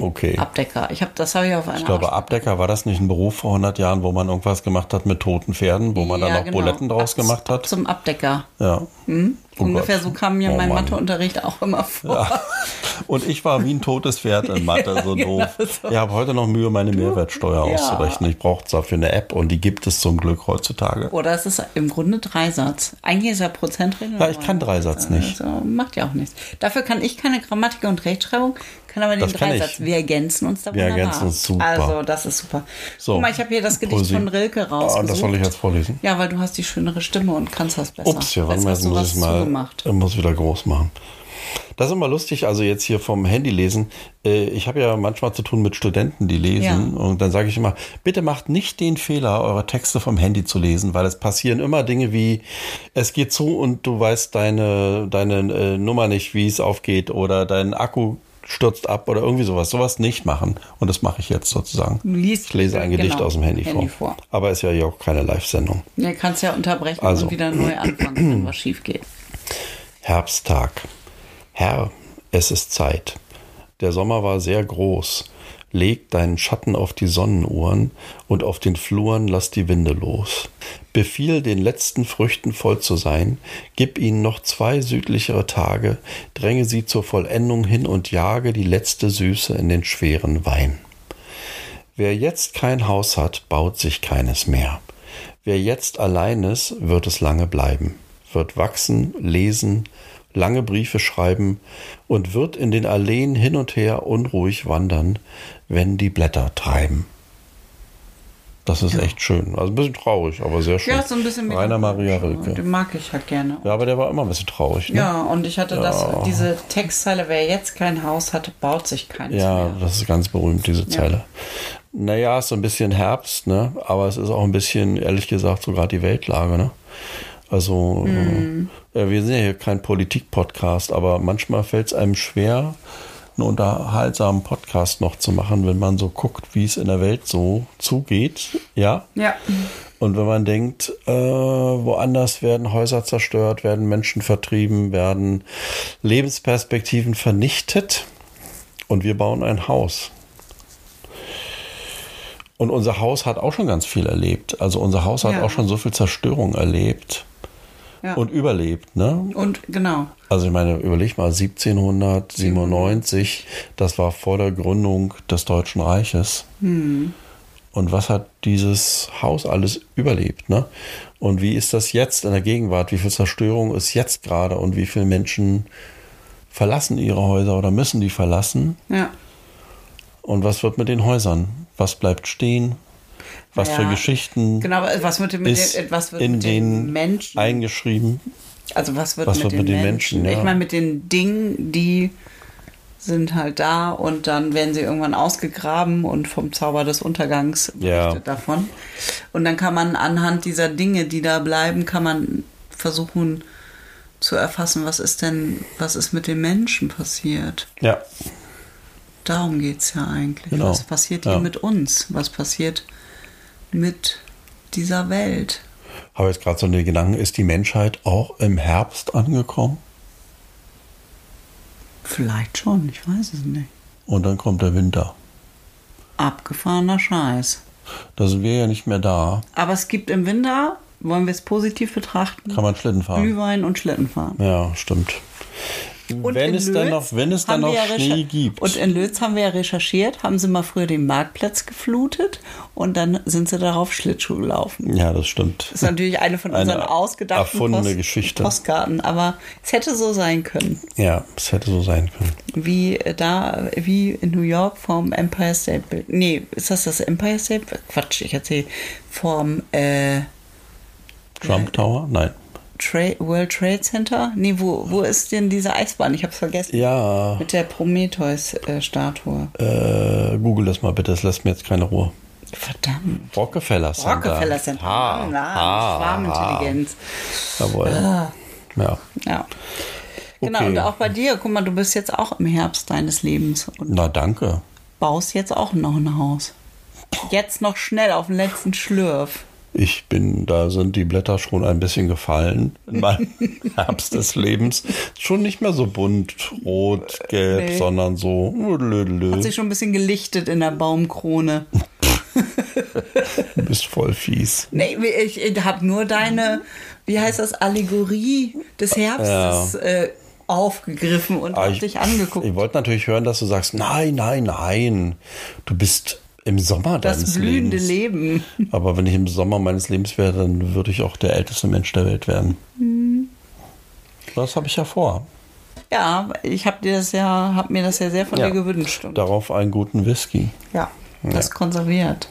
A: Okay.
B: Abdecker. Ich hab, das habe ich auf einer
A: Ich glaube, Abdecker war das nicht ein Beruf vor 100 Jahren, wo man irgendwas gemacht hat mit toten Pferden, wo man dann
B: genau.
A: noch Buletten draus gemacht hat?
B: Zum Abdecker.
A: ja. Oh
B: Mhm. Ungefähr
A: Gott.
B: so kam mir
A: Oh
B: mein
A: Mann.
B: Matheunterricht auch immer vor.
A: Und ich war wie ein totes Pferd in Mathe, so
B: Ja, genau
A: doof.
B: so.
A: Ich habe heute noch Mühe, meine Mehrwertsteuer
B: Ja.
A: auszurechnen. Ich brauche dafür eine App und die gibt es zum Glück heutzutage.
B: Oder es Oh, ist im Grunde Dreisatz. Eigentlich ist ja Prozentregel.
A: Ja, ich kann Dreisatz nicht.
B: Also macht ja auch nichts. Dafür kann ich keine Grammatik und Rechtschreibung, kann aber den
A: Das kann ich.
B: Dreisatz. Wir ergänzen uns da
A: Wir
B: wunderbar.
A: ergänzen uns super.
B: Also, das ist super.
A: So.
B: Guck mal, ich habe hier das Gedicht
A: Poesie.
B: von Rilke rausgesucht.
A: Ah, und das soll ich jetzt vorlesen?
B: Ja, weil du hast die schönere Stimme und kannst das besser.
A: Ups, hier, warte mal,
B: hast
A: jetzt
B: du
A: muss
B: was
A: ich mal,
B: zugemacht.
A: ich muss wieder groß machen. Das ist immer lustig, also jetzt hier vom Handy lesen. Äh, Ich habe ja manchmal zu tun mit Studenten, die lesen.
B: Ja.
A: Und dann sage ich immer, bitte macht nicht den Fehler, eure Texte vom Handy zu lesen, weil es passieren immer Dinge wie, es geht zu und du weißt deine, deine äh, Nummer nicht, wie es aufgeht oder dein Akku stürzt ab oder irgendwie sowas. Sowas nicht machen. Und das mache ich jetzt sozusagen.
B: Du liest-
A: ich lese ein
B: genau,
A: Gedicht aus dem Handy,
B: Handy
A: vor.
B: vor.
A: Aber ist ja hier auch keine Live-Sendung.
B: Ja, kannst ja unterbrechen
A: Also.
B: und wieder neu anfangen, wenn was schief geht.
A: Herbsttag. Herr, es ist Zeit. Der Sommer war sehr groß. Leg deinen Schatten auf die Sonnenuhren und auf den Fluren lass die Winde los. Befiehl den letzten Früchten voll zu sein, gib ihnen noch zwei südlichere Tage, dränge sie zur Vollendung hin und jage die letzte Süße in den schweren Wein. Wer jetzt kein Haus hat, baut sich keines mehr. Wer jetzt allein ist, wird es lange bleiben, wird wachsen, lesen, lange Briefe schreiben und wird in den Alleen hin und her unruhig wandern, wenn die Blätter treiben. Das ist echt schön. Also ein bisschen traurig, aber sehr schön.
B: Ja, so ein bisschen
A: Rainer Maria
B: melancholisch, aber
A: Rilke.
B: Den mag ich halt gerne.
A: Ja, aber der war immer ein bisschen traurig. Ne?
B: Ja, und ich hatte das, diese Textzeile, wer jetzt kein Haus hatte, baut sich keins
A: Ja,
B: mehr.
A: das ist ganz berühmt, diese Zeile. Naja, ist so ein bisschen Herbst, ne? Aber es ist auch ein bisschen, ehrlich gesagt, so gerade die Weltlage, ne? Also, äh, wir sind ja hier kein Politik-Podcast, aber manchmal fällt es einem schwer, einen unterhaltsamen Podcast noch zu machen, wenn man so guckt, wie es in der Welt so zugeht, ja?
B: Ja.
A: Und wenn man denkt, äh, woanders werden Häuser zerstört, werden Menschen vertrieben, werden Lebensperspektiven vernichtet und wir bauen ein Haus. Und unser Haus hat auch schon ganz viel erlebt. Also unser Haus hat
B: Ja.
A: auch schon so viel Zerstörung erlebt
B: Ja.
A: und überlebt. Ne?
B: Und genau.
A: Also ich meine, überleg mal,
B: Mhm.
A: 1797, das war vor der Gründung des Deutschen Reiches.
B: Mhm.
A: Und was hat dieses Haus alles überlebt? Ne? Und wie ist das jetzt in der Gegenwart? Wie viel Zerstörung ist jetzt gerade? Und wie viele Menschen verlassen ihre Häuser oder müssen die verlassen?
B: Ja.
A: Und was wird mit den Häusern? Was bleibt stehen? Was
B: Ja.
A: für Geschichten
B: Genau, aber was mit dem mit
A: ist
B: den, was wird
A: in
B: mit
A: den,
B: den Menschen?
A: eingeschrieben?
B: also was wird,
A: was
B: mit,
A: wird
B: den
A: mit den
B: Menschen?
A: Menschen, ja.
B: Ich meine, mit den Dingen, die sind halt da und dann werden sie irgendwann ausgegraben und vom Zauber des Untergangs
A: Ja.
B: berichtet davon. Und dann kann man anhand dieser Dinge, die da bleiben, kann man versuchen zu erfassen, was ist denn, was ist mit den Menschen passiert.
A: Ja,
B: Darum geht es ja eigentlich.
A: Genau.
B: Was passiert
A: Ja.
B: hier mit uns? Was passiert mit dieser Welt?
A: habe jetzt gerade so den Gedanken, ist die Menschheit auch im Herbst angekommen?
B: Vielleicht schon, ich weiß es nicht.
A: Und dann kommt der Winter.
B: Abgefahrener Scheiß.
A: Da sind wir ja nicht mehr da.
B: Aber es gibt im Winter, wollen wir es positiv betrachten,
A: Kann man Schlitten fahren.
B: Glühwein und Schlittenfahren.
A: Ja, stimmt. wenn,
B: in
A: es dann
B: Lötz
A: noch, wenn es dann noch
B: haben wir ja
A: Schnee
B: recher-
A: gibt.
B: Und in Lötz haben wir ja recherchiert, haben sie mal früher den Marktplatz geflutet und dann sind sie darauf Schlittschuh gelaufen.
A: ja, das stimmt.
B: Das ist natürlich eine von
A: Eine
B: unseren ausgedachten
A: erfundene Geschichte.
B: Postkarten, aber es hätte so sein können.
A: Ja, es hätte so sein können.
B: Wie äh, da, wie in New York vom Empire State Building. Nee, ist das das Empire State? Quatsch, ich erzähle. Vom äh,
A: Trump Tower? Nein.
B: Tra World Trade Center? Nee, wo, wo ist denn diese Eisbahn? Ich hab's vergessen.
A: Ja,
B: Mit der Prometheus-Statue.
A: äh, google das mal bitte, das lässt mir jetzt keine Ruhe.
B: Verdammt.
A: Rockefeller Center.
B: Rockefeller Center.
A: Ha,
B: Na,
A: ha,
B: Schwarmintelligenz. Ah.
A: Ha, jawohl. Ja.
B: Ja. Genau,
A: Okay.
B: und auch bei dir. Guck mal, du bist jetzt auch im Herbst deines Lebens und
A: Na, danke.
B: baust jetzt auch noch ein Haus. Jetzt noch schnell auf den letzten Schlürf.
A: Ich bin, da sind die Blätter schon ein bisschen gefallen in meinem Herbst des Lebens. Schon nicht mehr so bunt, rot, gelb,
B: Nee.
A: sondern so.
B: Hat sich schon ein bisschen gelichtet in der Baumkrone.
A: Du bist voll fies.
B: Nee, ich, ich habe nur
A: Mhm.
B: deine, wie heißt das, Allegorie des Herbstes äh, aufgegriffen und
A: Aber
B: hab dich angeguckt.
A: Ah, Ich wollte natürlich hören, dass du sagst, nein, nein, nein. Du bist im Sommer
B: das
A: deines
B: blühende
A: Lebens.
B: Leben.
A: Aber wenn ich im Sommer meines Lebens wäre, dann würde ich auch der älteste Mensch der Welt werden.
B: Mhm.
A: Das habe ich ja vor.
B: Ja, ich habe dir das ja, hab mir das ja sehr von
A: Ja.
B: dir gewünscht. Und,
A: Darauf einen guten Whisky.
B: ja, das konserviert.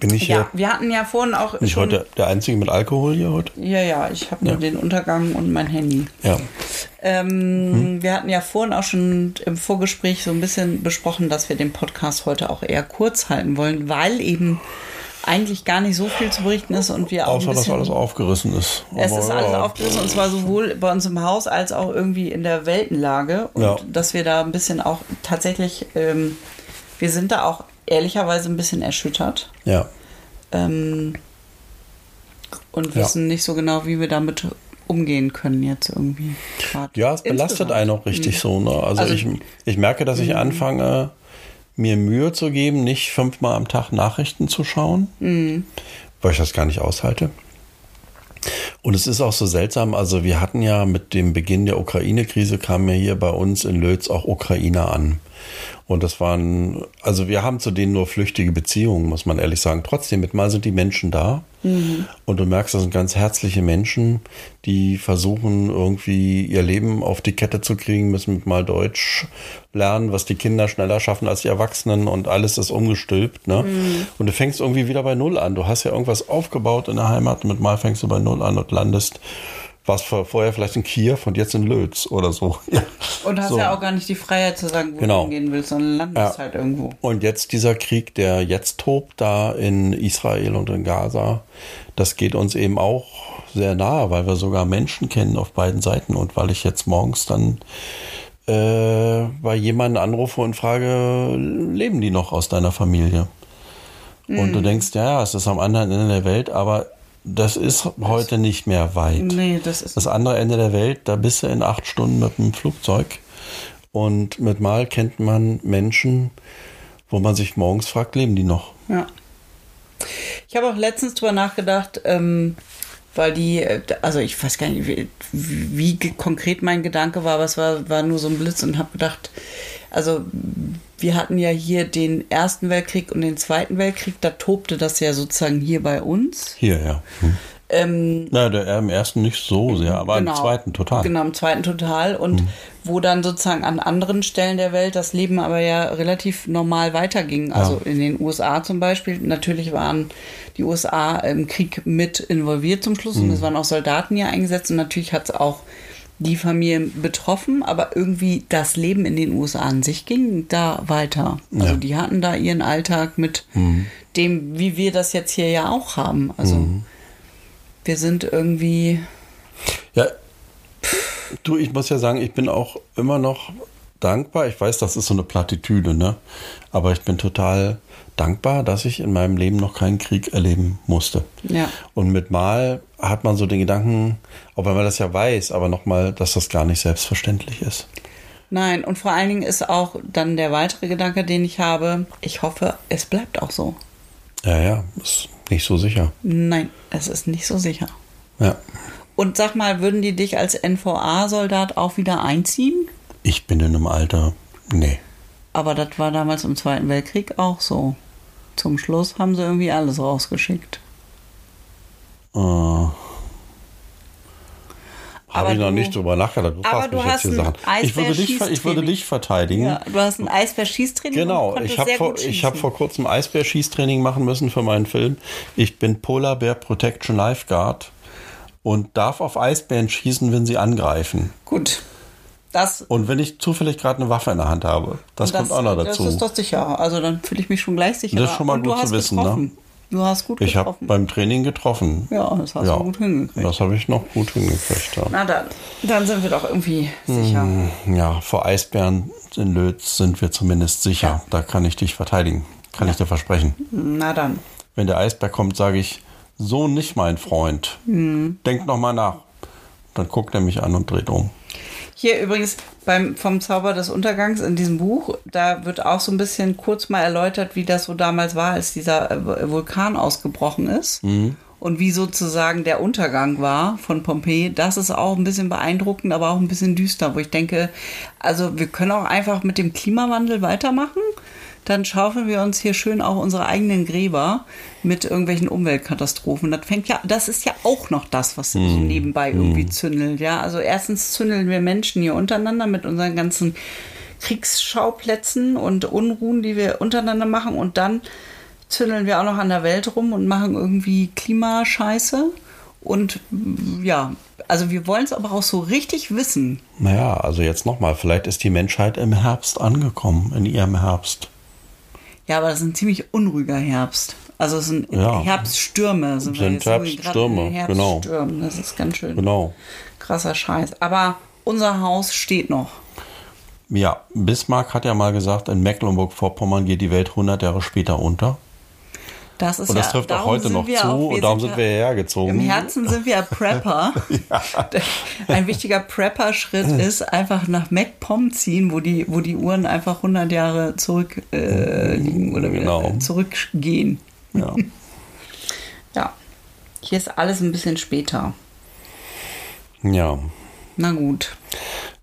A: Bin ich
B: Ja,
A: hier?
B: wir hatten ja vorhin auch.
A: Bin ich
B: schon-
A: heute der Einzige mit Alkohol hier heute?
B: Ja, ja, ich habe nur
A: Ja.
B: den Untergang und mein Handy.
A: Ja. Mhm.
B: Ähm, Wir hatten ja vorhin auch schon im Vorgespräch so ein bisschen besprochen, dass wir den Podcast heute auch eher kurz halten wollen, weil eben eigentlich gar nicht so viel zu berichten ist und wir auch
A: Außer,
B: ein
A: dass
B: bisschen,
A: alles aufgerissen ist.
B: es
A: Aber
B: ist alles
A: ja.
B: aufgerissen und zwar sowohl bei uns im Haus als auch irgendwie in der Weltenlage und
A: Ja.
B: dass wir da ein bisschen auch tatsächlich, ähm, wir sind da auch ehrlicherweise ein bisschen erschüttert
A: Ja,
B: ähm,
A: Ja.
B: und wissen nicht so genau, wie wir damit umgehen können jetzt irgendwie. grad.
A: ja es belastet
B: Insgesamt.
A: einen auch richtig so. Ne? Also,
B: Also-
A: ich, ich merke, dass ich anfange, mir Mühe zu geben, nicht fünfmal am Tag Nachrichten zu schauen, weil ich das gar nicht aushalte. Und es ist auch so seltsam, also wir hatten ja mit dem Beginn der Ukraine-Krise kamen ja hier bei uns in Lötz auch Ukrainer an. Und das waren, also wir haben zu denen nur flüchtige Beziehungen, muss man ehrlich sagen. Trotzdem, mit mal sind die Menschen da. Und du merkst, das sind ganz herzliche Menschen, die versuchen, irgendwie ihr Leben auf die Kette zu kriegen, müssen mit mal Deutsch lernen, was die Kinder schneller schaffen als die Erwachsenen und alles ist umgestülpt. Ne?
B: Mhm.
A: Und du fängst irgendwie wieder bei Null an. Du hast ja irgendwas aufgebaut in der Heimat und mit mal fängst du bei Null an und landest. Warst vor- vorher vielleicht in Kiew und jetzt in Lötz oder so. Ja.
B: Und hast
A: So.
B: ja auch gar nicht die Freiheit zu sagen, wo
A: Genau.
B: du hingehen willst, sondern landest
A: Ja.
B: halt irgendwo.
A: Und jetzt dieser Krieg, der jetzt tobt, da in Israel und in Gaza, das geht uns eben auch sehr nahe, weil wir sogar Menschen kennen auf beiden Seiten und weil ich jetzt morgens dann äh, bei jemandem anrufe und frage, leben die noch aus deiner Familie? Und du denkst, ja, ja, es ist am anderen Ende der Welt, aber das ist heute nicht mehr weit.
B: Nee, das ist.
A: Das andere Ende der Welt, da bist du in acht Stunden mit dem Flugzeug. Und mit Mal kennt man Menschen, wo man sich morgens fragt, leben die noch?
B: Ja. Ich habe auch letztens drüber nachgedacht, ähm, weil die, äh, also ich weiß gar nicht, wie, wie ge- konkret mein Gedanke war, aber es war, war nur so ein Blitz und habe gedacht, also wir hatten ja hier den Ersten Weltkrieg und den Zweiten Weltkrieg, da tobte das ja sozusagen hier bei uns.
A: Hier, ja. Hm.
B: Ähm,
A: Na, der, im ersten nicht so sehr, aber im zweiten total. Mhm.
B: Genau, im zweiten total. Und wo dann sozusagen an anderen Stellen der Welt das Leben aber ja relativ normal weiterging. Also in den USA zum Beispiel. Natürlich waren die USA im Krieg mit involviert zum Schluss
A: Mhm.
B: und es waren auch Soldaten ja eingesetzt. Und natürlich hat es auch die Familien betroffen, aber irgendwie das Leben in den USA an sich ging da weiter. Also
A: Ja. Mhm.
B: die hatten da ihren Alltag mit dem, wie wir das jetzt hier ja auch haben. Also wir sind irgendwie
A: Ja, du, ich muss ja sagen, ich bin auch immer noch dankbar. Ich weiß, das ist so eine Plattitüde, ne? Aber ich bin total dankbar, dass ich in meinem Leben noch keinen Krieg erleben musste.
B: Ja.
A: Und mit Mal hat man so den Gedanken, auch wenn man das ja weiß, aber nochmal, dass das gar nicht selbstverständlich ist.
B: Nein, und vor allen Dingen ist auch dann der weitere Gedanke, den ich habe, ich hoffe, es bleibt auch so.
A: Ja, ja, ist nicht so sicher.
B: Nein, es ist nicht so sicher.
A: Ja.
B: Und sag mal, würden die dich als NVA-Soldat auch wieder einziehen?
A: Ich bin in einem Alter, nee.
B: Aber das war damals im Zweiten Weltkrieg auch so. Zum Schluss haben sie irgendwie alles rausgeschickt.
A: Äh,
B: Aber
A: Habe ich noch
B: du-
A: nicht drüber nachgedacht. Du
B: aber
A: fragst
B: du
A: mich
B: hast
A: jetzt hier
B: ein
A: Sachen. Ich würde, dich, ver- ich würde
B: Eisbär-Schießtraining.
A: dich verteidigen.
B: Ja, du hast ein Eisbär-Schießtraining.
A: Hm.
B: und
A: Genau,
B: konntest
A: ich habe
B: sehr
A: vor,
B: gut
A: ich hab
B: schießen.
A: vor kurzem Eisbär-Schießtraining machen müssen für meinen Film. Ich bin Polar Bear Protection Lifeguard und darf auf Eisbären schießen, wenn sie angreifen.
B: Gut. Das,
A: Und wenn ich zufällig gerade eine Waffe in der Hand habe. Das, kommt auch noch dazu.
B: Das ist doch sicher. Also dann fühle ich mich schon gleich sicher.
A: Das ist schon mal
B: und du
A: gut zu
B: hast
A: wissen, ne?
B: getroffen. Du hast gut
A: ich habe
B: getroffen.
A: beim Training getroffen.
B: Ja, das hast du gut hingekriegt.
A: Das habe ich noch gut hingekriegt. Ja.
B: Na dann, dann sind wir doch irgendwie sicher.
A: Mhm. ja, vor Eisbären in Lötz sind wir zumindest sicher. Da kann ich dich verteidigen. Kann ich dir versprechen.
B: Na dann.
A: Wenn der Eisbär kommt, sage ich, so nicht mein Freund.
B: Mhm.
A: Denk noch mal nach. Dann guckt er mich an und dreht um.
B: Hier übrigens beim, vom Zauber des Untergangs in diesem Buch, da wird auch so ein bisschen kurz mal erläutert, wie das so damals war, als dieser äh, Vulkan ausgebrochen ist. Und wie sozusagen der Untergang war von Pompeji, das ist auch ein bisschen beeindruckend, aber auch ein bisschen düster, wo ich denke, also wir können auch einfach mit dem Klimawandel weitermachen. Dann schaufeln wir uns hier schön auch unsere eigenen Gräber mit irgendwelchen Umweltkatastrophen. Das fängt ja, das ist ja auch noch das, was so nebenbei irgendwie zündelt. Ja, also erstens zündeln wir Menschen hier untereinander mit unseren ganzen Kriegsschauplätzen und Unruhen, die wir untereinander machen. Und dann zündeln wir auch noch an der Welt rum und machen irgendwie Klimascheiße. Und mm, ja, also wir wollen es aber auch so richtig wissen.
A: Naja, also jetzt noch mal. Vielleicht ist die Menschheit im Herbst angekommen, in ihrem Herbst.
B: Ja, aber das ist ein ziemlich unruhiger Herbst. Also es sind
A: Ja.
B: Herbststürme. Sind,
A: Sind
B: wir jetzt.
A: Herbststürme,
B: gerade in den
A: genau.
B: Herbststürmen. Das ist ganz schön
A: Genau.
B: krasser Scheiß. Aber unser Haus steht noch.
A: Ja, Bismarck hat ja mal gesagt, in Mecklenburg-Vorpommern geht die Welt 100 Jahre später unter.
B: Das ist
A: Und das
B: ja,
A: trifft auch
B: darum
A: heute
B: sind
A: noch
B: wir
A: zu
B: auch-
A: und darum sind wir
B: ja-
A: hierher gezogen.
B: Im Herzen sind wir ja Prepper. Ein wichtiger Prepper-Schritt ist einfach nach MacPom ziehen, wo die, wo die Uhren einfach 100 Jahre zurück äh, liegen oder wieder
A: Genau.
B: äh, zurückgehen.
A: Ja.
B: Ja, hier ist alles ein bisschen später.
A: ja.
B: Na gut.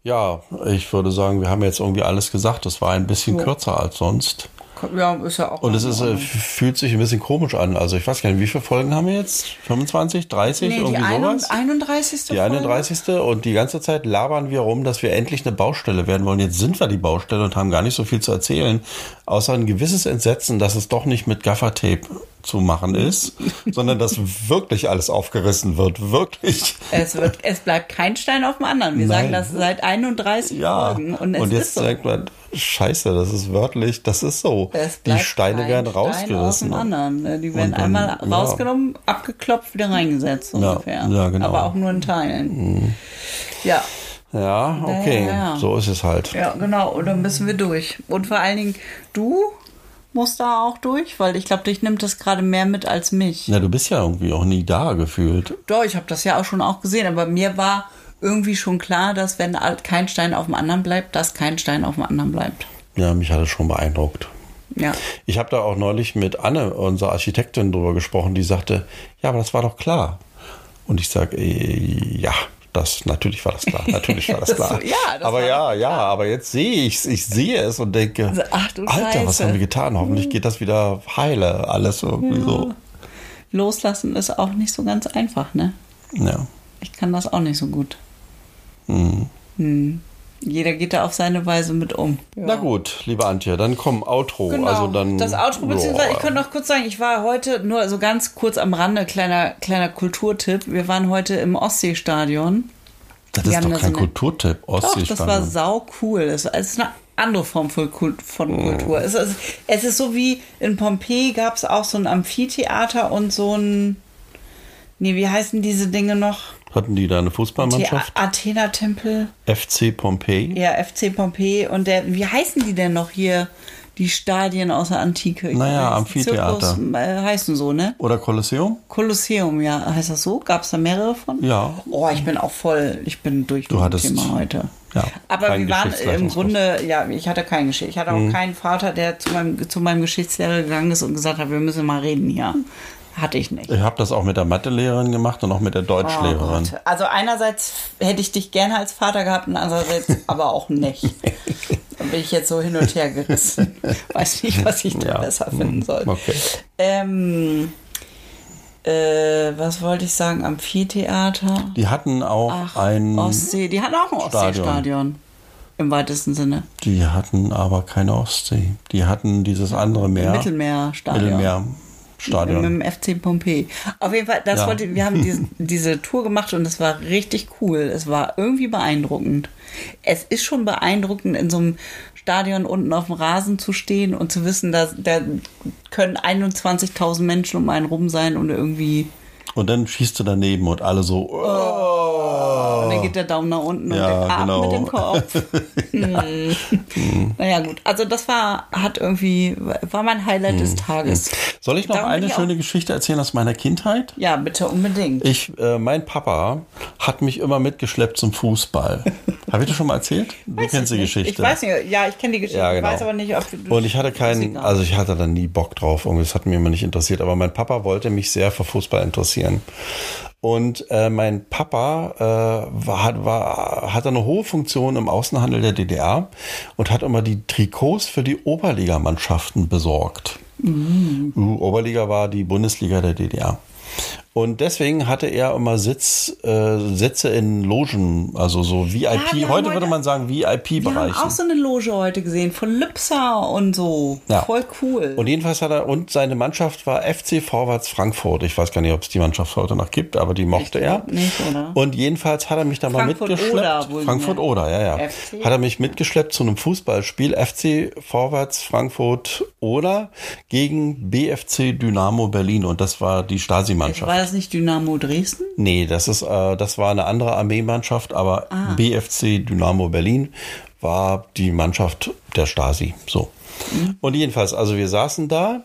A: Ja, ich würde sagen, wir haben jetzt irgendwie alles gesagt. Das war ein bisschen
B: Ja.
A: kürzer als sonst.
B: Ja, ist ja auch.
A: Und es
B: in
A: ist, äh,
B: Ordnung.
A: fühlt sich ein bisschen komisch an. Also ich weiß gar nicht, wie viele Folgen haben wir jetzt? 25, 30,
B: nee, die
A: irgendwie
B: einund-
A: sowas?
B: 31.
A: Die
B: Folge?
A: 31. Und die ganze Zeit labern wir rum, dass wir endlich eine Baustelle werden wollen. Jetzt sind wir die Baustelle und haben gar nicht so viel zu erzählen, außer ein gewisses Entsetzen, dass es doch nicht mit Gaffertape zu machen ist, sondern dass wirklich alles aufgerissen wird. Wirklich.
B: Es, wird, es bleibt kein Stein auf dem anderen. Wir
A: Nein.
B: sagen das seit 31
A: Ja.
B: Folgen. Und es ist
A: jetzt äh,
B: so.
A: sagt man, scheiße, das ist wörtlich, das ist so.
B: Es
A: Die
B: bleibt
A: Steine
B: kein
A: werden
B: Stein
A: rausgerissen.
B: Auf den anderen. Ne, Die werden
A: Und dann,
B: einmal
A: ja.
B: rausgenommen, abgeklopft, wieder reingesetzt so
A: Ja,
B: ungefähr.
A: ja, genau. Mhm.
B: Aber auch nur in Teilen. Ja,
A: Ja, okay.
B: Ja, ja.
A: So ist es halt.
B: ja, genau. Und dann müssen wir durch. Und vor allen Dingen, du musst da auch durch, weil ich glaube, dich nimmt das gerade mehr mit als mich.
A: Na, du bist ja irgendwie auch nie da gefühlt.
B: Doch, ich habe das ja auch schon auch gesehen, aber mir war irgendwie schon klar, dass wenn al- kein Stein auf dem anderen bleibt, dass kein Stein auf dem anderen bleibt.
A: Ja, mich hat es schon beeindruckt.
B: Ja.
A: Ich habe da auch neulich mit Anne, unserer Architektin, drüber gesprochen, die sagte, ja, aber das war doch klar. Und ich sage, äh, ja, das natürlich war das klar. Natürlich war das
B: Das-
A: klar.
B: ja, das
A: aber
B: war
A: ja,
B: doch
A: ja, aber jetzt sehe ich es, ich sehe es und denke,
B: Also, ach du
A: Alter, was
B: Scheiße. Hm.
A: haben wir getan? Hoffentlich geht das wieder heile, alles irgendwie so.
B: Loslassen ist auch nicht so ganz einfach, ne?
A: Ja.
B: Ich kann das auch nicht so gut.
A: Mhm.
B: Hm. Jeder geht da auf seine Weise mit um.
A: Na gut, liebe Antje, dann komm, Outro. also dann,
B: Genau, das Outro, beziehungsweise
A: Ja.
B: ich könnte noch kurz sagen, ich war heute nur so ganz kurz am Rande, kleiner, kleiner Kulturtipp. Wir waren heute im Ostseestadion.
A: Das
B: wir
A: ist
B: haben
A: doch
B: da
A: kein
B: so eine-
A: Kulturtipp.
B: Doch, das war
A: Ostseespanien.
B: sau cool. Das war- es ist eine andere Form von Kul- von
A: Oh.
B: Kultur. Es, ist, es ist so wie in Pompeji gab es auch so ein Amphitheater und so ein. Nee, wie heißen diese Dinge noch?
A: Hatten die da eine
B: Die
A: Fußballmannschaft?
B: Athena-Tempel.
A: FC Pompeii?
B: Ja, FC Pompeji und der, wie heißen die denn noch hier? Die Stadien aus der Antike. Ich
A: Naja,
B: weiß,
A: Amphitheater.
B: Zirkus, äh, heißen so, ne?
A: Oder Kolosseum?
B: Kolosseum, ja. Heißt das so? Gab es da mehrere von?
A: Ja.
B: Oh, ich bin auch voll, ich bin durch mit dem
A: hattest-
B: Thema heute.
A: ja,
B: Aber
A: keinen
B: wir waren im
A: Geschichtsleistungskurs.
B: Grunde, ja, ich hatte keine Geschichte. Ich hatte
A: Mhm.
B: auch keinen Vater, der zu meinem, zu meinem Geschichtslehrer gegangen ist und gesagt hat, wir müssen mal reden hier. Hatte ich nicht.
A: Ich habe das auch mit der Mathelehrerin gemacht und auch mit der Deutschlehrerin.
B: Gott. Also einerseits hätte ich dich gerne als Vater gehabt und andererseits aber auch nicht. Da bin ich jetzt so hin und her gerissen. Weiß nicht, was ich da
A: Ja. Mhm.
B: besser finden soll.
A: Okay.
B: Ähm, äh, was wollte ich sagen? Amphitheater?
A: die hatten auch
B: Ach,
A: ein.
B: Ostsee. Die hatten auch ein
A: Stadion.
B: Ostseestadion. Im weitesten Sinne.
A: Die hatten aber keine Ostsee. Die hatten dieses andere Meer.
B: Mittelmeerstadion.
A: Mittelmeerstadion.
B: Mit dem FC Pompeii. Auf jeden Fall, das
A: Ja.
B: wollte, wir haben diese, diese Tour gemacht und es war richtig cool. Es war irgendwie beeindruckend. Es ist schon beeindruckend, in so einem Stadion unten auf dem Rasen zu stehen und zu wissen, dass da können 21.000 Menschen um einen rum sein und irgendwie
A: Und dann schießt du daneben und alle so.
B: Oh, und
A: Oh.
B: dann geht der Daumen nach unten
A: Ja,
B: und der Arm
A: genau.
B: mit dem Kopf. Hm. Naja gut, also das war hat irgendwie war mein Highlight
A: Mhm.
B: des Tages.
A: Soll ich noch
B: Darum bin
A: eine
B: ich auch-
A: schöne Geschichte erzählen aus meiner Kindheit?
B: Ja, bitte unbedingt.
A: Ich, äh, mein Papa hat mich immer mitgeschleppt zum Fußball. Habe ich das schon mal erzählt? Du
B: Weiß
A: kennst
B: ich
A: die
B: nicht.
A: Geschichte.
B: Ich weiß nicht, ja, ich kenne die Geschichte.
A: Ja, genau.
B: Ich weiß aber nicht, ob du.
A: Und ich hatte
B: Ist
A: keinen,
B: egal.
A: also ich hatte da nie Bock drauf. Irgendwie, das hat mir immer nicht interessiert. Aber mein Papa wollte mich sehr für Fußball interessieren. Und äh, mein Papa äh, war, war, hatte eine hohe Funktion im Außenhandel der DDR und hat immer die Trikots für die Oberligamannschaften besorgt.
B: Mhm.
A: Uh, Oberliga war die Bundesliga der DDR. Und deswegen hatte er immer Sitz, äh, Sitze in Logen, also so VIP.
B: wir haben
A: heute
B: heute-
A: würde man sagen
B: wir haben
A: VIP-Bereichen.
B: auch so eine Loge heute gesehen von Lübser und so.
A: Ja.
B: Voll cool.
A: Und jedenfalls hat er, und seine Mannschaft war FC Vorwärts Frankfurt. Ich weiß gar nicht, ob es die Mannschaft heute noch gibt, aber die mochte er.
B: glaub nicht, oder?
A: Und jedenfalls hat er mich da mal
B: Frankfurt
A: mitgeschleppt.
B: oder wohl
A: Frankfurt
B: mehr.
A: oder, ja, ja.
B: FC?
A: Hat er mich mitgeschleppt zu einem Fußballspiel FC Vorwärts Frankfurt oder gegen BFC Dynamo Berlin. Und das war die Stasi-Mannschaft.
B: war das nicht Dynamo Dresden?
A: Nee, das ist, äh, das war eine andere Armeemannschaft, aber BFC Dynamo Berlin war die Mannschaft der Stasi. So. Und jedenfalls, also wir saßen da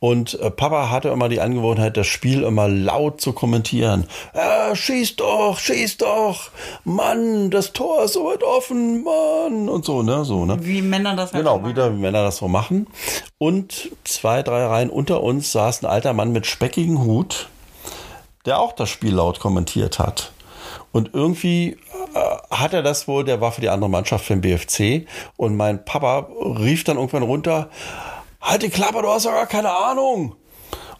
A: und äh, Papa hatte immer die Angewohnheit, das Spiel immer laut zu kommentieren. Äh, schieß doch, schieß doch, Mann, das Tor ist so weit offen, Mann und so ne, so ne.
B: Wie Männer das halt
A: Genau,
B: immer-
A: wieder, wie Männer das so machen. Und zwei, drei Reihen unter uns saß ein alter Mann mit speckigem Hut, der auch das Spiel laut kommentiert hat. Und irgendwie äh, hat er das wohl, der war für die andere Mannschaft, für den BFC. Und mein Papa rief dann irgendwann runter, halt die Klappe, du hast doch gar keine Ahnung.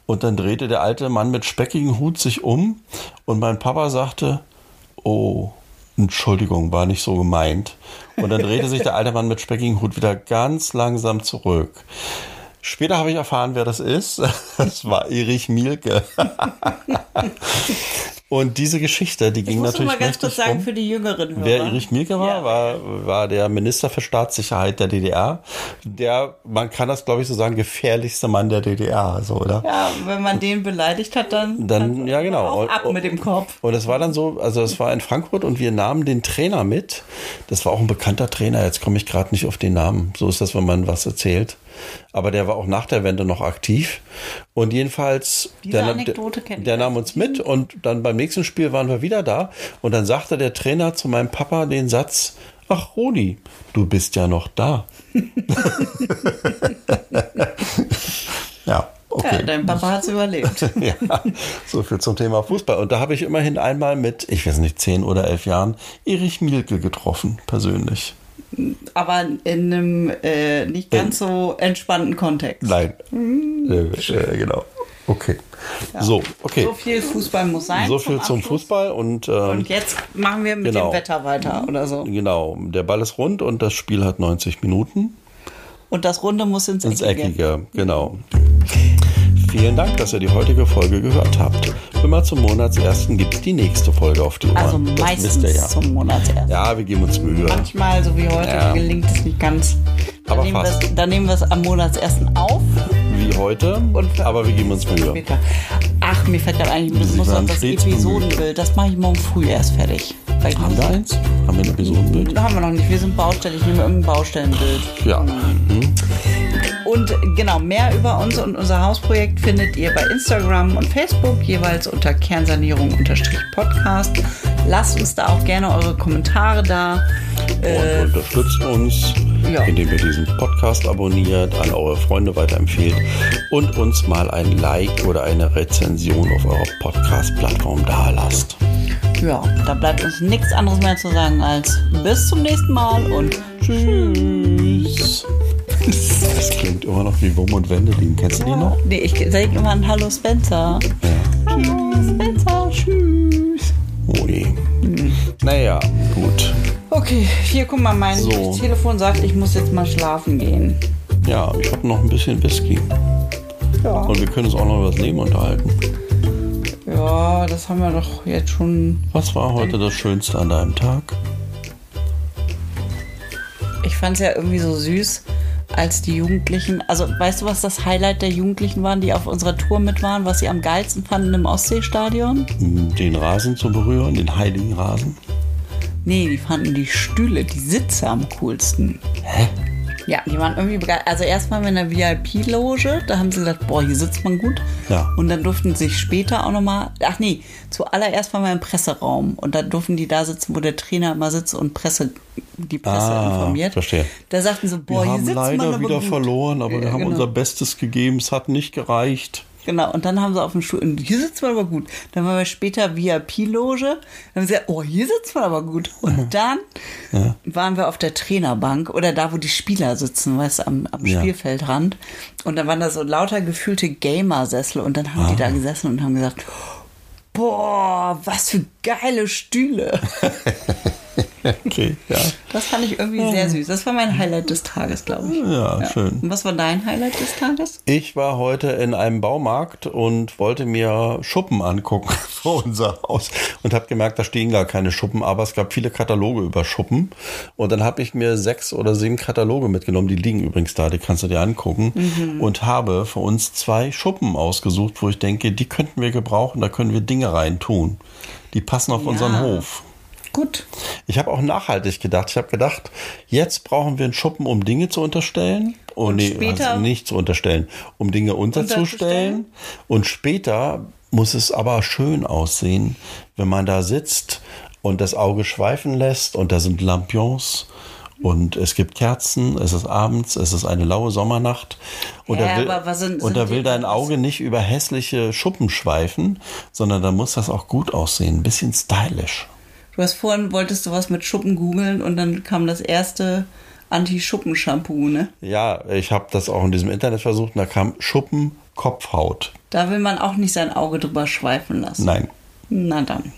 A: Und dann drehte der alte Mann mit speckigem Hut sich um und mein Papa sagte, oh, Entschuldigung, war nicht so gemeint. Und dann drehte sich der alte Mann mit speckigem Hut wieder ganz langsam zurück. Später habe ich erfahren, wer das ist. Das war Erich Mielke. Und diese Geschichte, die
B: Ich
A: ging
B: muss nur
A: natürlich
B: mal ganz
A: mächtig
B: kurz sagen,
A: rum.
B: für die jüngeren Hörer.
A: Wer Erich Mielke war,
B: Ja.
A: war, war der Minister für Staatssicherheit der DDR. Der, man kann das, glaube ich, so sagen, gefährlichste Mann der DDR, so, oder?
B: Ja, wenn man den beleidigt hat, dann.
A: Dann, ja, genau.
B: auch ab mit dem Kopf.
A: Und es war dann so, also es war in Frankfurt und wir nahmen den Trainer mit. Das war auch ein bekannter Trainer, jetzt komme ich gerade nicht auf den Namen. So ist das, wenn man was erzählt. aber der war auch nach der Wende noch aktiv. Und jedenfalls,
E: Diese
A: der,
E: Anekdote
A: der,
E: kenn ich
A: der nahm uns mit und dann beim nächsten Spiel waren wir wieder da. Und dann sagte der Trainer zu meinem Papa den Satz: Ach, Roni, du bist ja noch da. ja, okay.
B: Ja, dein Papa hat's überlebt.
A: ja, so viel zum Thema Fußball. Und da habe ich immerhin einmal mit, ich weiß nicht, zehn oder elf Jahren, Erich Mielke getroffen, persönlich.
B: Aber in einem äh, nicht ganz so entspannten Kontext.
A: Nein.
B: Mm.
A: Äh, äh, genau. Okay. So, okay.
B: So viel Fußball muss sein.
A: So viel zum
B: Abschluss.
A: Fußball und, ähm,
B: Und jetzt machen wir mit
A: Genau.
B: dem Wetter weiter oder so.
A: genau, der Ball ist rund und das Spiel hat 90 Minuten.
B: Und das Runde muss ins,
A: Ins
B: Eckige.
A: Eckige, genau. Vielen Dank, dass ihr die heutige Folge gehört habt. Immer zum Monatsersten gibt die nächste Folge auf die Ohren.
B: Also
A: das
B: meistens
A: wisst ihr ja.
B: zum Monatserst.
A: Ja, wir geben uns Mühe.
B: Manchmal, so wie heute,
A: Ja.
B: gelingt es nicht ganz. Dann
A: Aber
B: nehmen
A: fast.
B: wir's- Dann nehmen wir es am Monatsersten auf.
A: Wie heute,
B: Und für-
A: aber wir geben uns Mühe.
B: Später. Ach, mir fällt gerade eigentlich, ich
A: Sie
B: muss noch
A: waren
B: das
A: stets
B: Episodenbild. Das mache ich morgen früh erst fertig. Weil ich
A: Haben
B: muss-
A: wir eins? Haben wir ein Episodenbild?
B: haben wir noch nicht. Wir sind Baustelle. Ich nehme irgendein Baustellenbild.
A: Ja.
B: Und genau, mehr über uns und unser Hausprojekt findet ihr bei Instagram und Facebook, jeweils unter Kernsanierung-Podcast. Lasst uns da auch gerne eure Kommentare da. Äh,
A: Und unterstützt uns,
B: ja.
A: indem ihr diesen Podcast abonniert, an eure Freunde weiterempfehlt und uns mal ein Like oder eine Rezension auf eurer Podcast-Plattform da lasst.
B: ja, da bleibt uns nichts anderes mehr zu sagen als bis zum nächsten Mal und
A: Tschüss. Das klingt immer noch wie Wum und Wendelin. Kennst du die noch?
B: nee, ich sage immer ein Hallo Spencer. Hallo Spencer, tschüss.
A: Oh je. Naja, gut.
B: Okay, hier guck mal, mein
A: So.
B: Telefon sagt, ich muss jetzt mal schlafen gehen.
A: Ja, ich habe noch ein bisschen Whisky.
B: Ja.
A: Und wir können uns auch noch über das Leben unterhalten.
B: Ja, das haben wir doch jetzt schon
A: Was war heute das Schönste an deinem Tag?
B: Ich fand es ja irgendwie so süß, als die Jugendlichen, also weißt du, was das Highlight der Jugendlichen waren, die auf unserer Tour mit waren, was sie am geilsten fanden im Ostseestadion?
A: Den Rasen zu berühren, den heiligen Rasen?
B: Nee, die fanden die Stühle, die Sitze am coolsten.
A: Hä?
B: Ja, die waren irgendwie begeistert. Also erst waren wir in der VIP-Loge, da haben sie gesagt, boah, hier sitzt man gut.
A: Ja.
B: Und dann durften sie sich später auch nochmal, ach nee, zuallererst waren wir im Presseraum und da durften die da sitzen, wo der Trainer immer sitzt und Presse, die Presse
A: Ah,
B: informiert.
A: verstehe.
B: Da sagten sie,
A: Wir
B: boah, hier
A: haben
B: sitzt man
A: leider
B: aber
A: wieder
B: gut.
A: verloren, aber wir
B: Ja,
A: haben
B: genau.
A: unser Bestes gegeben. Es hat nicht gereicht.
B: Genau, und dann haben sie auf dem Stuhl, und hier sitzt man aber gut. Dann waren wir später VIP-Loge, dann haben sie gesagt, oh, hier sitzt man aber gut. Und dann waren wir auf der Trainerbank oder da, wo die Spieler sitzen, weißt du, am, am
A: Ja.
B: Spielfeldrand. Und dann waren da so lauter gefühlte Gamer-Sessel und dann haben die da gesessen und haben gesagt, boah, was für geile Stühle.
A: Okay, ja.
B: Das fand ich irgendwie sehr süß. Das war mein Highlight des Tages, glaube ich.
A: Ja, schön.
B: Und was war dein Highlight des Tages?
A: Ich war heute in einem Baumarkt und wollte mir Schuppen angucken vor unser Haus und habe gemerkt, da stehen gar keine Schuppen, aber es gab viele Kataloge über Schuppen und dann habe ich mir sechs oder sieben Kataloge mitgenommen, die liegen übrigens da, die kannst du dir angucken und habe für uns zwei Schuppen ausgesucht, wo ich denke, die könnten wir gebrauchen, da können wir Dinge rein tun. Die passen auf unseren Hof.
B: Gut.
A: Ich habe auch nachhaltig gedacht. Ich habe gedacht, jetzt brauchen wir einen Schuppen, um Dinge zu unterstellen. Oh nee,
B: später-
A: also nicht zu unterstellen, um Dinge unterzustellen.
B: Unterzustellen.
A: Und später muss es aber schön aussehen, wenn man da sitzt und das Auge schweifen lässt und da sind Lampions. Und es gibt Kerzen, es ist abends, es ist eine laue Sommernacht. Und
B: Hä,
A: da will,
B: aber was sind-
A: und da
B: sind die-
A: will dein Auge nicht über hässliche Schuppen schweifen, sondern da muss das auch gut aussehen, ein bisschen stylisch.
B: Du hast vorhin, wolltest du was mit Schuppen googeln und dann kam das erste Anti-Schuppen-Shampoo, ne?
A: Ja, ich habe das auch in diesem Internet versucht und da kam Schuppen, Kopfhaut.
B: Da will man auch nicht sein Auge drüber schweifen lassen.
A: Nein.
B: Na dann.